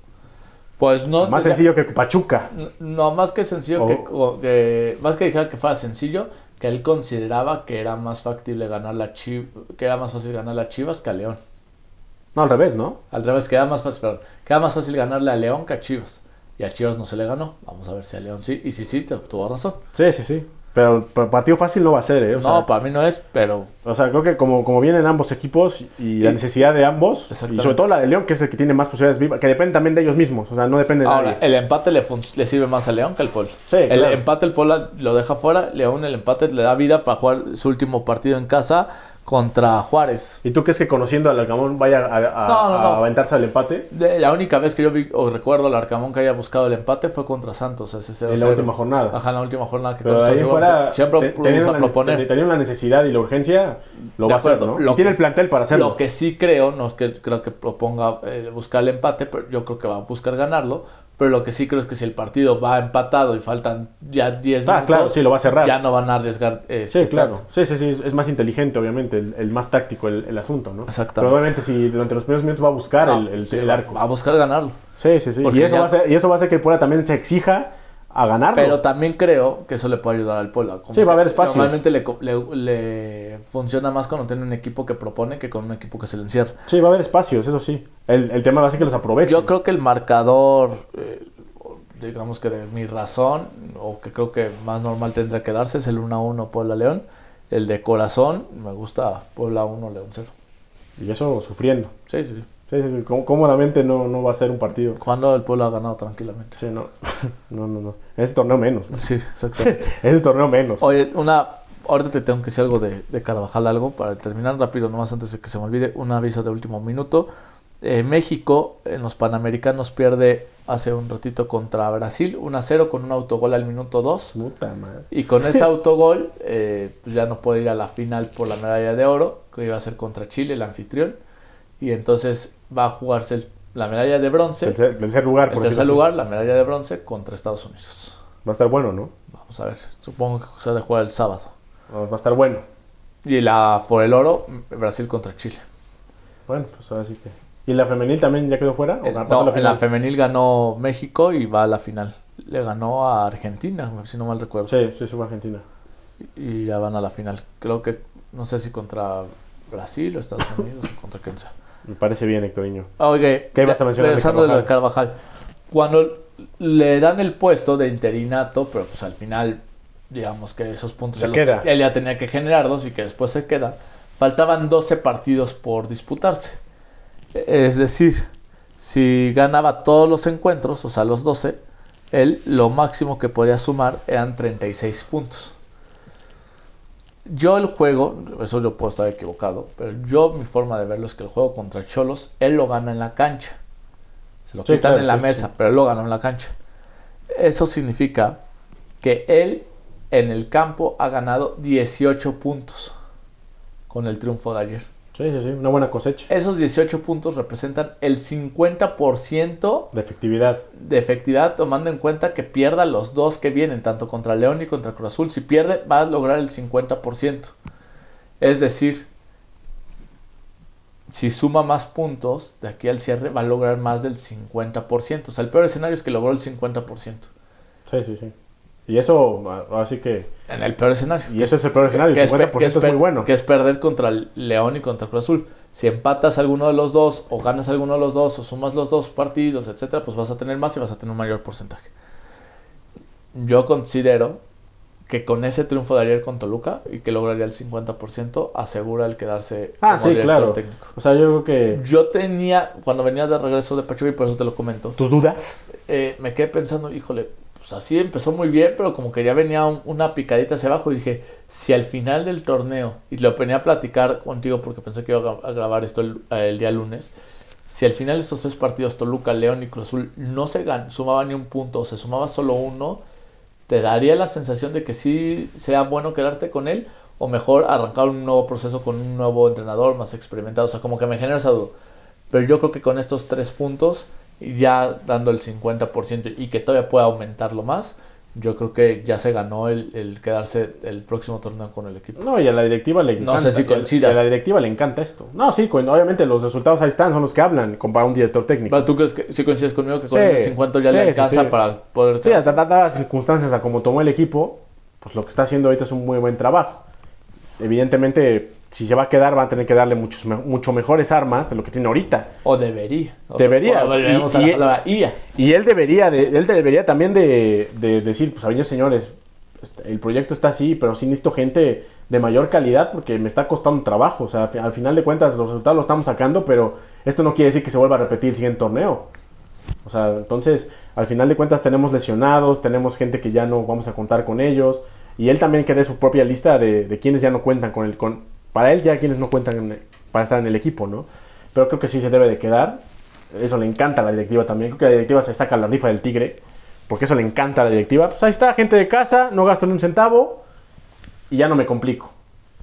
[SPEAKER 2] Pues no.
[SPEAKER 1] Más
[SPEAKER 2] ya-
[SPEAKER 1] sencillo Oh. que Pachuca.
[SPEAKER 2] n- No, más que sencillo,
[SPEAKER 1] O-
[SPEAKER 2] que, o que- Más que dijera que fuera sencillo, que él consideraba que era más factible ganar la Chivas. Que era más fácil ganar la Chivas que a León.
[SPEAKER 1] No, al revés, ¿no?
[SPEAKER 2] Al revés, que era más fácil, perdón, que era más fácil ganarle a León que a Chivas. Y a Chivas no se le ganó. Vamos a ver si a León sí. Y si sí, te tuvo razón.
[SPEAKER 1] Sí, sí, sí. Pero, pero partido fácil no va a ser, ¿eh? O,
[SPEAKER 2] no,
[SPEAKER 1] sea,
[SPEAKER 2] para mí no es, pero
[SPEAKER 1] o sea, creo que como, como vienen ambos equipos y la necesidad de ambos, y
[SPEAKER 2] Exactamente.
[SPEAKER 1] sobre todo la de León, que es el que tiene más posibilidades vivas, que depende también de ellos mismos. O sea, no depende de
[SPEAKER 2] Ahora, eh,
[SPEAKER 1] nadie.
[SPEAKER 2] el empate le, fun- le sirve más a León que al Pol.
[SPEAKER 1] Sí,
[SPEAKER 2] el
[SPEAKER 1] claro.
[SPEAKER 2] empate el Pol la- lo deja fuera, León el empate le da vida para jugar su último partido en casa contra Juárez.
[SPEAKER 1] ¿Y tú crees que conociendo al Alcamón vaya a, a-
[SPEAKER 2] No, no,
[SPEAKER 1] a
[SPEAKER 2] no.
[SPEAKER 1] aventarse al empate
[SPEAKER 2] De- La única vez que yo vi o recuerdo al Arcamón que haya buscado el empate fue contra Santos, ese 0
[SPEAKER 1] en la última jornada?
[SPEAKER 2] Ajá, en la última jornada que
[SPEAKER 1] Pero
[SPEAKER 2] contra
[SPEAKER 1] ahí
[SPEAKER 2] Santos,
[SPEAKER 1] fuera
[SPEAKER 2] siempre
[SPEAKER 1] te-
[SPEAKER 2] vamos
[SPEAKER 1] teniendo
[SPEAKER 2] a
[SPEAKER 1] la,
[SPEAKER 2] proponer.
[SPEAKER 1] nece- teniendo la necesidad y la urgencia, lo
[SPEAKER 2] De
[SPEAKER 1] va a hacer,
[SPEAKER 2] acuerdo,
[SPEAKER 1] ¿no?
[SPEAKER 2] lo
[SPEAKER 1] Y tiene
[SPEAKER 2] que-
[SPEAKER 1] el plantel para hacerlo.
[SPEAKER 2] Lo que sí creo, no es que creo que proponga eh, buscar el empate, pero yo creo que va a buscar ganarlo. Pero lo que sí creo es que si el partido va empatado y faltan ya 10
[SPEAKER 1] Ah,
[SPEAKER 2] minutos,
[SPEAKER 1] claro, sí, lo va a cerrar.
[SPEAKER 2] ya no van a arriesgar. eh,
[SPEAKER 1] Sí,
[SPEAKER 2] este,
[SPEAKER 1] claro.
[SPEAKER 2] tanto.
[SPEAKER 1] Sí, sí, sí. es- Es más inteligente, obviamente, el, el más táctico el, el asunto, ¿no?
[SPEAKER 2] Exactamente.
[SPEAKER 1] Pero obviamente, si durante los primeros minutos va a buscar
[SPEAKER 2] No,
[SPEAKER 1] el, el-
[SPEAKER 2] Ah, sí,
[SPEAKER 1] el
[SPEAKER 2] va-
[SPEAKER 1] arco.
[SPEAKER 2] Va a buscar ganarlo.
[SPEAKER 1] Sí, sí, sí.
[SPEAKER 2] Porque
[SPEAKER 1] Y eso,
[SPEAKER 2] ya-
[SPEAKER 1] va a ser- y eso va a hacer que el Puebla también se exija a ganarlo.
[SPEAKER 2] Pero también creo que eso le puede ayudar al Puebla. Como
[SPEAKER 1] Sí, va a
[SPEAKER 2] que
[SPEAKER 1] haber espacios.
[SPEAKER 2] Normalmente le, co- le- le funciona más cuando tiene un equipo que propone que con un equipo que se le encierra.
[SPEAKER 1] Sí, va a haber espacios, eso sí. El, el tema va a ser que los aprovechen.
[SPEAKER 2] Yo creo que el marcador, eh, digamos que de mi razón, o que creo que más normal tendría que darse, es el 1-1 Puebla-León. El de corazón, me gusta Puebla 1, León 0.
[SPEAKER 1] Y eso sufriendo.
[SPEAKER 2] Sí, sí.
[SPEAKER 1] Sí, sí, sí. Có- Cómodamente no, no va a ser un partido.
[SPEAKER 2] Cuando el Puebla ha ganado tranquilamente.
[SPEAKER 1] Sí, no. <laughs> no, no, no. En ese torneo
[SPEAKER 2] <laughs>
[SPEAKER 1] menos.
[SPEAKER 2] Sí, exactamente.
[SPEAKER 1] En ese torneo menos.
[SPEAKER 2] Oye, una. Ahorita te tengo que decir algo de, de Carvajal, algo para terminar rápido, nomás antes de que se me olvide. Un aviso de último minuto. Eh, México en los Panamericanos pierde hace un ratito contra Brasil 1-0 con un autogol al minuto 2.
[SPEAKER 1] Puta madre.
[SPEAKER 2] Y
[SPEAKER 1] <laughs>
[SPEAKER 2] con ese autogol eh, pues ya no puede ir a la final por la medalla de oro, que iba a ser contra Chile, el anfitrión. Y entonces va a jugarse el- la medalla de bronce, el,
[SPEAKER 1] Tercer, tercer lugar, por
[SPEAKER 2] tercer
[SPEAKER 1] decirlo así.
[SPEAKER 2] lugar, la medalla de bronce contra Estados Unidos.
[SPEAKER 1] Va a estar bueno, ¿no?
[SPEAKER 2] Vamos a ver, supongo que se ha de jugar el sábado.
[SPEAKER 1] Va a estar bueno.
[SPEAKER 2] Y la por el oro, mm, Brasil contra Chile.
[SPEAKER 1] Bueno, pues ahora sí que. ¿Y la femenil también ya quedó fuera? ¿O
[SPEAKER 2] Eh,
[SPEAKER 1] pasó
[SPEAKER 2] no,
[SPEAKER 1] la
[SPEAKER 2] en la
[SPEAKER 1] final?
[SPEAKER 2] femenil ganó México y va a la final. le ganó a Argentina, si no mal recuerdo.
[SPEAKER 1] Sí, sí, fue Argentina.
[SPEAKER 2] Y ya van a la final. Creo que, no sé si contra Brasil o Estados Unidos o contra quién sea.
[SPEAKER 1] Me parece bien, Hectorinho.
[SPEAKER 2] Ah, Ok,
[SPEAKER 1] ¿Qué ibas a
[SPEAKER 2] ya,
[SPEAKER 1] mencionar de
[SPEAKER 2] regresando de lo de Carvajal. Cuando le dan el puesto de interinato, pero pues al final, digamos que esos puntos
[SPEAKER 1] Se
[SPEAKER 2] él los te-
[SPEAKER 1] queda.
[SPEAKER 2] él ya tenía que generarlos y que después se queda. Faltaban 12 partidos por disputarse. Es decir, si ganaba todos los encuentros, o sea, los 12, él lo máximo que podía sumar eran 36 puntos. Yo el juego, eso yo puedo estar equivocado, pero yo mi forma de verlo es que el juego contra Cholos, él lo gana en la cancha. Se lo
[SPEAKER 1] Sí,
[SPEAKER 2] quitan
[SPEAKER 1] claro,
[SPEAKER 2] en la
[SPEAKER 1] sí,
[SPEAKER 2] mesa,
[SPEAKER 1] sí.
[SPEAKER 2] pero él lo ganó en la cancha. Eso significa que él en el campo ha ganado 18 puntos con el triunfo de ayer.
[SPEAKER 1] Sí, sí, sí, una buena cosecha
[SPEAKER 2] Esos 18 puntos representan el 50%
[SPEAKER 1] de efectividad.
[SPEAKER 2] de efectividad, tomando en cuenta que pierda los dos que vienen, tanto contra León y contra Cruz Azul. Si pierde, va a lograr el 50%. Es decir, si suma más puntos de aquí al cierre, va a lograr más del 50%. O sea, el peor escenario es que logró el 50%.
[SPEAKER 1] Sí, sí, sí. Y eso, a- así que.
[SPEAKER 2] En el peor escenario.
[SPEAKER 1] Y eso es el peor escenario. El
[SPEAKER 2] es pe-
[SPEAKER 1] 50% es,
[SPEAKER 2] pe-
[SPEAKER 1] muy bueno.
[SPEAKER 2] que es perder contra el León y contra Cruz Azul. Si empatas alguno de los dos, o ganas alguno de los dos, o sumas los dos partidos, etcétera, pues vas a tener más y vas a tener un mayor porcentaje. Yo considero que con ese triunfo de ayer con Toluca y que lograría el 50%, asegura el quedarse
[SPEAKER 1] Ah,
[SPEAKER 2] como
[SPEAKER 1] sí,
[SPEAKER 2] director
[SPEAKER 1] claro.
[SPEAKER 2] técnico.
[SPEAKER 1] O sea, yo creo que.
[SPEAKER 2] Yo tenía, cuando venía de regreso de Pachuca, y por eso te lo comento,
[SPEAKER 1] ¿Tus dudas?
[SPEAKER 2] eh, me quedé pensando, híjole, pues así empezó muy bien, pero como que ya venía un- una picadita hacia abajo y dije, si al final del torneo, y lo venía a platicar contigo porque pensé que iba a gra- a grabar esto el, el día lunes, si al final de estos tres partidos, Toluca, León y Cruz Azul, no se gan sumaban ni un punto, o se sumaba solo uno, ¿te daría la sensación de que sí sea bueno quedarte con él? O mejor arrancar un nuevo proceso con un nuevo entrenador más experimentado. O sea, como que me genera esa duda. Pero yo creo que con estos tres puntos, ya dando el 50% y que todavía pueda aumentarlo más, yo creo que ya se ganó el, el quedarse el próximo torneo con el equipo.
[SPEAKER 1] No, y a la directiva le
[SPEAKER 2] No
[SPEAKER 1] encanta.
[SPEAKER 2] sé si
[SPEAKER 1] y a-
[SPEAKER 2] coincidas.
[SPEAKER 1] y A la directiva le encanta esto. No, sí, con- obviamente los resultados ahí están, son los que hablan, comparado a un director técnico.
[SPEAKER 2] Pero tú crees que si coincides conmigo que con
[SPEAKER 1] Sí.
[SPEAKER 2] el 50 ya le
[SPEAKER 1] Sí, sí,
[SPEAKER 2] alcanza
[SPEAKER 1] sí.
[SPEAKER 2] para poder.
[SPEAKER 1] Sí, hasta dadas las circunstancias a como tomó el equipo, pues lo que está haciendo ahorita es un muy buen trabajo. Evidentemente, si se va a quedar, van a tener que darle muchos, me- mucho mejores armas de lo que tiene ahorita.
[SPEAKER 2] O debería. O-
[SPEAKER 1] Debería.
[SPEAKER 2] o volveremos
[SPEAKER 1] Y- e-
[SPEAKER 2] a la
[SPEAKER 1] y-
[SPEAKER 2] palabra IA.
[SPEAKER 1] Y él debería, de- él debería también de, de decir, pues, oye, señores, este, el proyecto está así, pero sí necesito gente de mayor calidad porque me está costando trabajo. O sea, al fi- al final de cuentas los resultados los estamos sacando, pero esto no quiere decir que se vuelva a repetir el siguiente torneo. O sea, entonces, al final de cuentas tenemos lesionados, tenemos gente que ya no vamos a contar con ellos. Y él también que dé su propia lista de, de quienes ya no cuentan con el... Con, para él ya quienes no cuentan en- para estar en el equipo, ¿no? Pero creo que sí se debe de quedar. Eso le encanta a la directiva también. Creo que la directiva se saca la rifa del tigre. Porque eso le encanta a la directiva. Pues ahí está, gente de casa, no gasto ni un centavo. Y ya no me complico.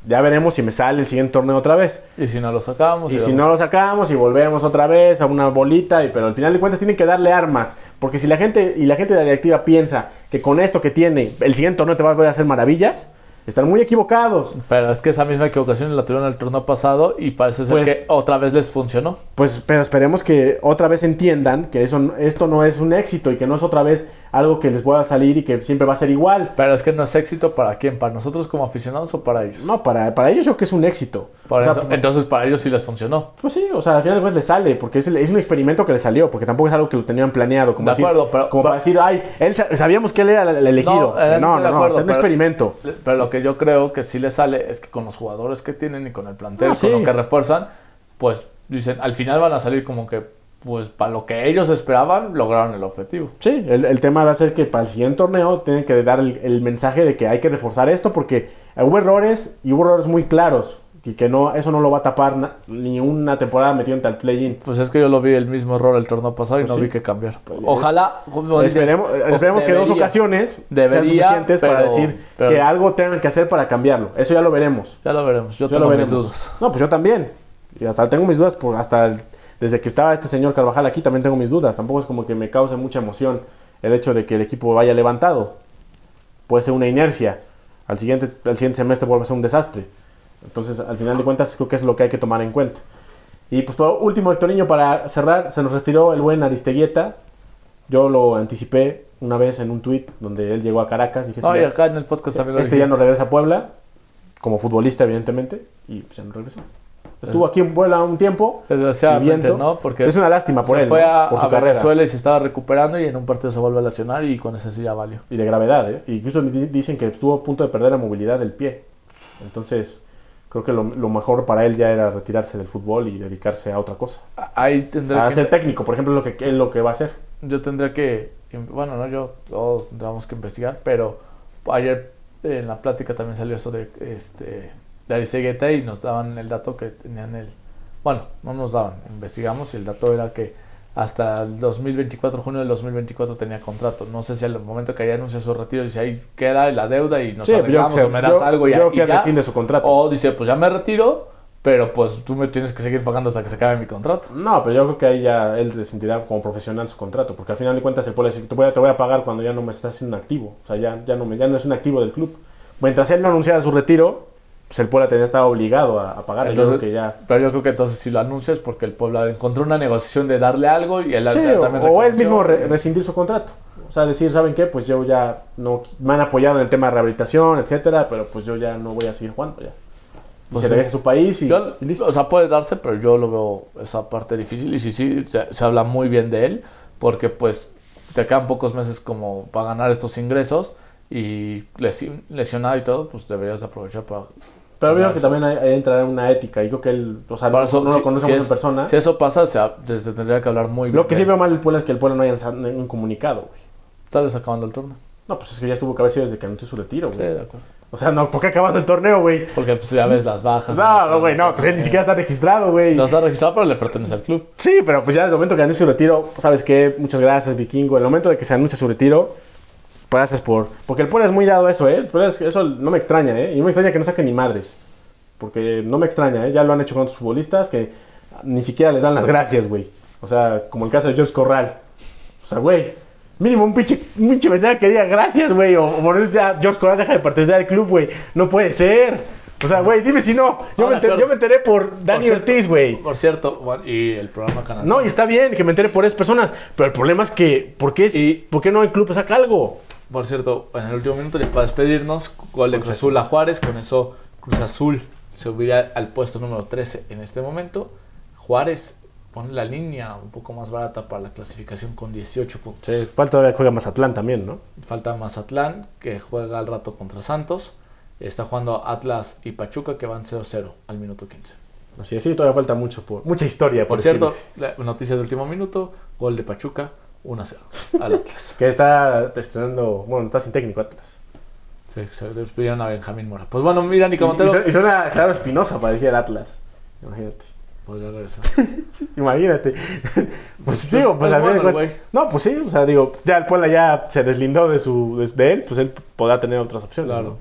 [SPEAKER 1] Ya veremos si me sale el siguiente torneo otra vez.
[SPEAKER 2] Y si no lo sacamos.
[SPEAKER 1] Y si
[SPEAKER 2] vamos-
[SPEAKER 1] no lo sacamos y volvemos otra vez a una bolita, y, pero al final de cuentas tienen que darle armas. Porque si la gente y la gente de la directiva piensa que con esto que tiene el siguiente torneo te va a volver a hacer maravillas, están muy equivocados.
[SPEAKER 2] Pero es que esa misma equivocación la tuvieron el turno pasado y parece ser
[SPEAKER 1] Pues-
[SPEAKER 2] que otra vez les funcionó.
[SPEAKER 1] Pues pero esperemos que otra vez entiendan que eso, no- esto no es un éxito y que no es otra vez algo que les pueda salir y que siempre va a ser igual.
[SPEAKER 2] Pero es que no es éxito para quién, para nosotros como aficionados o para ellos.
[SPEAKER 1] No, para, para ellos yo creo que es un éxito.
[SPEAKER 2] Por
[SPEAKER 1] O sea,
[SPEAKER 2] eso- entonces para ellos sí les funcionó.
[SPEAKER 1] Pues sí, o sea, al final de cuentas le sale, porque es, el- es un experimento que le salió, porque tampoco es algo que lo tenían planeado. Como
[SPEAKER 2] De
[SPEAKER 1] decir-
[SPEAKER 2] acuerdo, pero-
[SPEAKER 1] Como para decir, ay, él sa- sabíamos que él era el- el elegido.
[SPEAKER 2] No, en eso
[SPEAKER 1] No, no,
[SPEAKER 2] estoy de
[SPEAKER 1] no,
[SPEAKER 2] acuerdo,
[SPEAKER 1] o sea, es un
[SPEAKER 2] pero-
[SPEAKER 1] experimento.
[SPEAKER 2] Pero lo que yo creo que sí les sale es que con los jugadores que tienen y con el plantel,
[SPEAKER 1] Ah, sí.
[SPEAKER 2] con lo que refuerzan, pues dicen, al final van a salir como que, pues para lo que ellos esperaban, lograron el objetivo.
[SPEAKER 1] Sí, el, el tema va a ser que para el siguiente torneo tienen que dar el, el mensaje de que hay que reforzar esto, porque hubo errores y hubo errores muy claros, y que no eso no lo va a tapar na- ni una temporada metido en tal play-in.
[SPEAKER 2] Pues es que yo lo vi el mismo error el torneo pasado y
[SPEAKER 1] Pues
[SPEAKER 2] no
[SPEAKER 1] sí.
[SPEAKER 2] vi que cambiar. Ojalá. como dices, oh,
[SPEAKER 1] Esperemos, esperemos que dos
[SPEAKER 2] debería.
[SPEAKER 1] ocasiones sean
[SPEAKER 2] Debería,
[SPEAKER 1] suficientes para
[SPEAKER 2] pero-
[SPEAKER 1] decir
[SPEAKER 2] pero-
[SPEAKER 1] que algo tengan que hacer para cambiarlo. Eso ya lo veremos.
[SPEAKER 2] Ya lo veremos. Yo
[SPEAKER 1] Yo
[SPEAKER 2] tengo
[SPEAKER 1] lo
[SPEAKER 2] mis
[SPEAKER 1] veremos.
[SPEAKER 2] dudas.
[SPEAKER 1] No, pues yo también. Y hasta tengo mis dudas por hasta el- desde que estaba este señor Carvajal aquí también tengo mis dudas. Tampoco es como que me cause mucha emoción el hecho de que el equipo vaya levantado. Puede ser una inercia. Al siguiente, al siguiente semestre vuelve a ser un desastre. Entonces, al final de cuentas, creo que es lo que hay que tomar en cuenta. Y pues por último, Hectorinho, para cerrar, se nos retiró el buen Aristeguieta. Yo lo anticipé, una vez en un tuit donde él llegó a Caracas. y Dije,
[SPEAKER 2] No, y
[SPEAKER 1] Este ya-
[SPEAKER 2] acá en el podcast también lo
[SPEAKER 1] este ya no
[SPEAKER 2] dijiste.
[SPEAKER 1] regresa a Puebla, como futbolista, evidentemente, y pues, ya no regresó. Estuvo aquí en Puebla un tiempo,
[SPEAKER 2] Desgraciadamente,
[SPEAKER 1] viviendo.
[SPEAKER 2] ¿no? Porque
[SPEAKER 1] es una lástima por
[SPEAKER 2] se
[SPEAKER 1] él,
[SPEAKER 2] fue
[SPEAKER 1] ¿no?
[SPEAKER 2] a,
[SPEAKER 1] por su
[SPEAKER 2] a
[SPEAKER 1] carrera.
[SPEAKER 2] Venezuela y se estaba recuperando y en un partido se vuelve a lesionar y con ese sí ya valió.
[SPEAKER 1] Y de gravedad, ¿eh? Y Incluso di- dicen que estuvo a punto de perder la movilidad del pie. Entonces, creo que lo, lo mejor para él ya era retirarse del fútbol y dedicarse a otra cosa.
[SPEAKER 2] A- Ahí tendré
[SPEAKER 1] A
[SPEAKER 2] que...
[SPEAKER 1] ser técnico, por ejemplo, es lo que, es lo que va a hacer.
[SPEAKER 2] Yo tendría que, bueno, no yo, todos tendríamos que investigar, pero ayer eh, en la plática también salió eso de, este, de Aristeguieta y nos daban el dato que tenían el, bueno, no nos daban, investigamos y el dato era que hasta el 2024, junio del 2024 tenía contrato. No sé si al momento que ahí anuncia su retiro, dice ahí queda la deuda y nos
[SPEAKER 1] Sí, pues yo
[SPEAKER 2] arreglamos
[SPEAKER 1] creo
[SPEAKER 2] o me das algo y,
[SPEAKER 1] yo
[SPEAKER 2] y
[SPEAKER 1] que
[SPEAKER 2] ya.
[SPEAKER 1] rescinde su contrato.
[SPEAKER 2] O dice, pues ya me retiro, pero pues tú me tienes que seguir pagando hasta que se acabe mi contrato.
[SPEAKER 1] No, pero yo creo que ahí ya él resentirá como profesional su contrato, porque al final de cuentas el puede decir, te voy a, te voy a pagar cuando ya no me estás siendo activo, o sea, ya, ya, no, me, ya no es un activo del club. Mientras él no anunciara su retiro, pues el Puebla tenía estaba obligado a, a pagar, yo
[SPEAKER 2] Entonces-
[SPEAKER 1] creo que ya...
[SPEAKER 2] Pero yo creo que entonces si lo anuncias porque el Puebla encontró una negociación de darle algo y él
[SPEAKER 1] Sí,
[SPEAKER 2] él
[SPEAKER 1] o,
[SPEAKER 2] también
[SPEAKER 1] o él
[SPEAKER 2] reconoció
[SPEAKER 1] mismo re-
[SPEAKER 2] que-
[SPEAKER 1] rescindir su contrato, o sea, decir, ¿saben qué? Pues yo ya no... Me han apoyado en el tema de rehabilitación, etcétera, pero pues yo ya no voy a seguir jugando ya. Y
[SPEAKER 2] Pues
[SPEAKER 1] se
[SPEAKER 2] sí.
[SPEAKER 1] regresa a su país y,
[SPEAKER 2] Yo-
[SPEAKER 1] y listo.
[SPEAKER 2] o sea, puede darse, pero yo lo veo esa parte difícil y sí, sí, se, se habla muy bien de él porque pues te quedan pocos meses como para ganar estos ingresos y lesi- lesionado y todo, pues deberías de aprovechar para...
[SPEAKER 1] Pero veo
[SPEAKER 2] Claro,
[SPEAKER 1] que
[SPEAKER 2] sí.
[SPEAKER 1] también hay, hay entra una ética, y creo que él, o sea, no,
[SPEAKER 2] para eso,
[SPEAKER 1] no
[SPEAKER 2] si-
[SPEAKER 1] lo conocemos
[SPEAKER 2] si
[SPEAKER 1] en
[SPEAKER 2] es-
[SPEAKER 1] persona.
[SPEAKER 2] Si eso pasa, se, ha- se- se tendría que hablar muy bien.
[SPEAKER 1] Lo que
[SPEAKER 2] de
[SPEAKER 1] sí
[SPEAKER 2] él.
[SPEAKER 1] veo mal del Puebla es que el Puebla no haya lanzado un comunicado, güey.
[SPEAKER 2] Tal vez acabando el turno.
[SPEAKER 1] No, pues es que ya estuvo que haber sido desde que anunció su retiro, güey.
[SPEAKER 2] Sí, de acuerdo.
[SPEAKER 1] O sea, no, ¿por qué acabando el torneo, güey?
[SPEAKER 2] Porque pues ya ves las bajas.
[SPEAKER 1] No, no, güey, no, pues él ni siquiera está registrado, güey.
[SPEAKER 2] No está registrado, pero le pertenece al club.
[SPEAKER 1] Sí, pero pues ya desde el momento que anunció su retiro, ¿sabes qué? Muchas gracias, vikingo. El momento de que se anuncia su retiro, gracias por. Porque el Puebla es muy dado a eso, ¿eh? El Puebla es- eso no me extraña, ¿eh? Y no me extraña que no saquen ni madres. Porque no me extraña, ¿eh? Ya lo han hecho con otros futbolistas que ni siquiera les dan las gracias, güey. O sea, como el caso de George Corral. O sea, güey, mínimo un pinche, un pinche mensaje que diga gracias, güey. O, o por eso ya George Corral deja de pertenecer al club, güey. No puede ser. O sea, güey, dime si no. Yo, me,
[SPEAKER 2] Ahora,
[SPEAKER 1] enter-
[SPEAKER 2] claro.
[SPEAKER 1] yo me enteré por Dani
[SPEAKER 2] cierto,
[SPEAKER 1] Ortiz, güey.
[SPEAKER 2] Por cierto, bueno, y el programa Canal.
[SPEAKER 1] No, y está bien que me entere por esas personas, pero el problema es que, ¿por qué, es-
[SPEAKER 2] Y-
[SPEAKER 1] ¿por qué no el club saca algo?
[SPEAKER 2] Por cierto, en el último minuto, ya para despedirnos, gol de Cruz Azul a Juárez. Con eso, Cruz Azul se hubiera al puesto número 13 en este momento. Juárez pone la línea un poco más barata para la clasificación con 18 puntos.
[SPEAKER 1] Falta todavía juega Mazatlán también, ¿no?
[SPEAKER 2] Falta Mazatlán, que juega al rato contra Santos. Está jugando Atlas y Pachuca, que van 0-0 al minuto 15.
[SPEAKER 1] Así es, sí, todavía falta mucho por, mucha historia.
[SPEAKER 2] Por cierto,
[SPEAKER 1] escribirse.
[SPEAKER 2] la noticia de último minuto, gol de Pachuca, 1-0 al Atlas.
[SPEAKER 1] Que está estrenando, bueno, está sin técnico Atlas.
[SPEAKER 2] Sí, se despidieron a Benjamín Mora. Pues bueno, mira,
[SPEAKER 1] Y,
[SPEAKER 2] Nico
[SPEAKER 1] y
[SPEAKER 2] Montero
[SPEAKER 1] su- y suena, claro, Espinosa para decir el Atlas. Imagínate.
[SPEAKER 2] podría
[SPEAKER 1] <laughs>
[SPEAKER 2] regresar.
[SPEAKER 1] Imagínate. <laughs> Pues
[SPEAKER 2] Pues,
[SPEAKER 1] digo, pues
[SPEAKER 2] es
[SPEAKER 1] al fin de
[SPEAKER 2] bueno el
[SPEAKER 1] cuentas- No, pues sí, o sea, digo, ya el Puebla ya se deslindó de, su, de, de él, pues él podrá tener otras opciones.
[SPEAKER 2] Claro.
[SPEAKER 1] ¿no?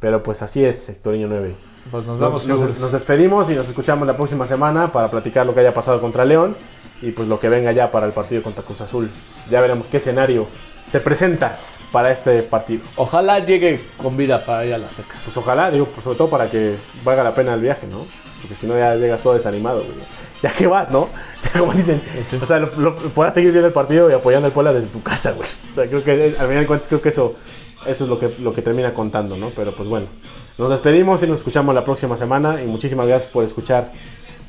[SPEAKER 1] Pero pues así es, Sectoriño 9.
[SPEAKER 2] Pues nos vemos
[SPEAKER 1] Nos, nos-
[SPEAKER 2] seguros.
[SPEAKER 1] nos despedimos y nos escuchamos la próxima semana para platicar lo que haya pasado contra León y pues lo que venga ya para el partido contra Cruz Azul. Ya veremos qué escenario se presenta para este partido.
[SPEAKER 2] Ojalá llegue con vida para ir al Azteca.
[SPEAKER 1] Pues ojalá, digo, pues, sobre todo para que valga la pena el viaje, ¿no? Porque si no ya llegas todo desanimado, güey. Ya que vas, ¿no? <laughs> Ya como dicen,
[SPEAKER 2] Sí.
[SPEAKER 1] o sea, lo, lo- puedas seguir viendo el partido y apoyando al Puebla desde tu casa, güey. O sea, creo que eh, al final de cuentas creo que eso, eso es lo que, lo que termina contando, ¿no? Pero pues bueno, nos despedimos y nos escuchamos la próxima semana y muchísimas gracias por escuchar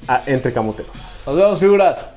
[SPEAKER 1] a Entre Camoteros.
[SPEAKER 2] Nos vemos, figuras.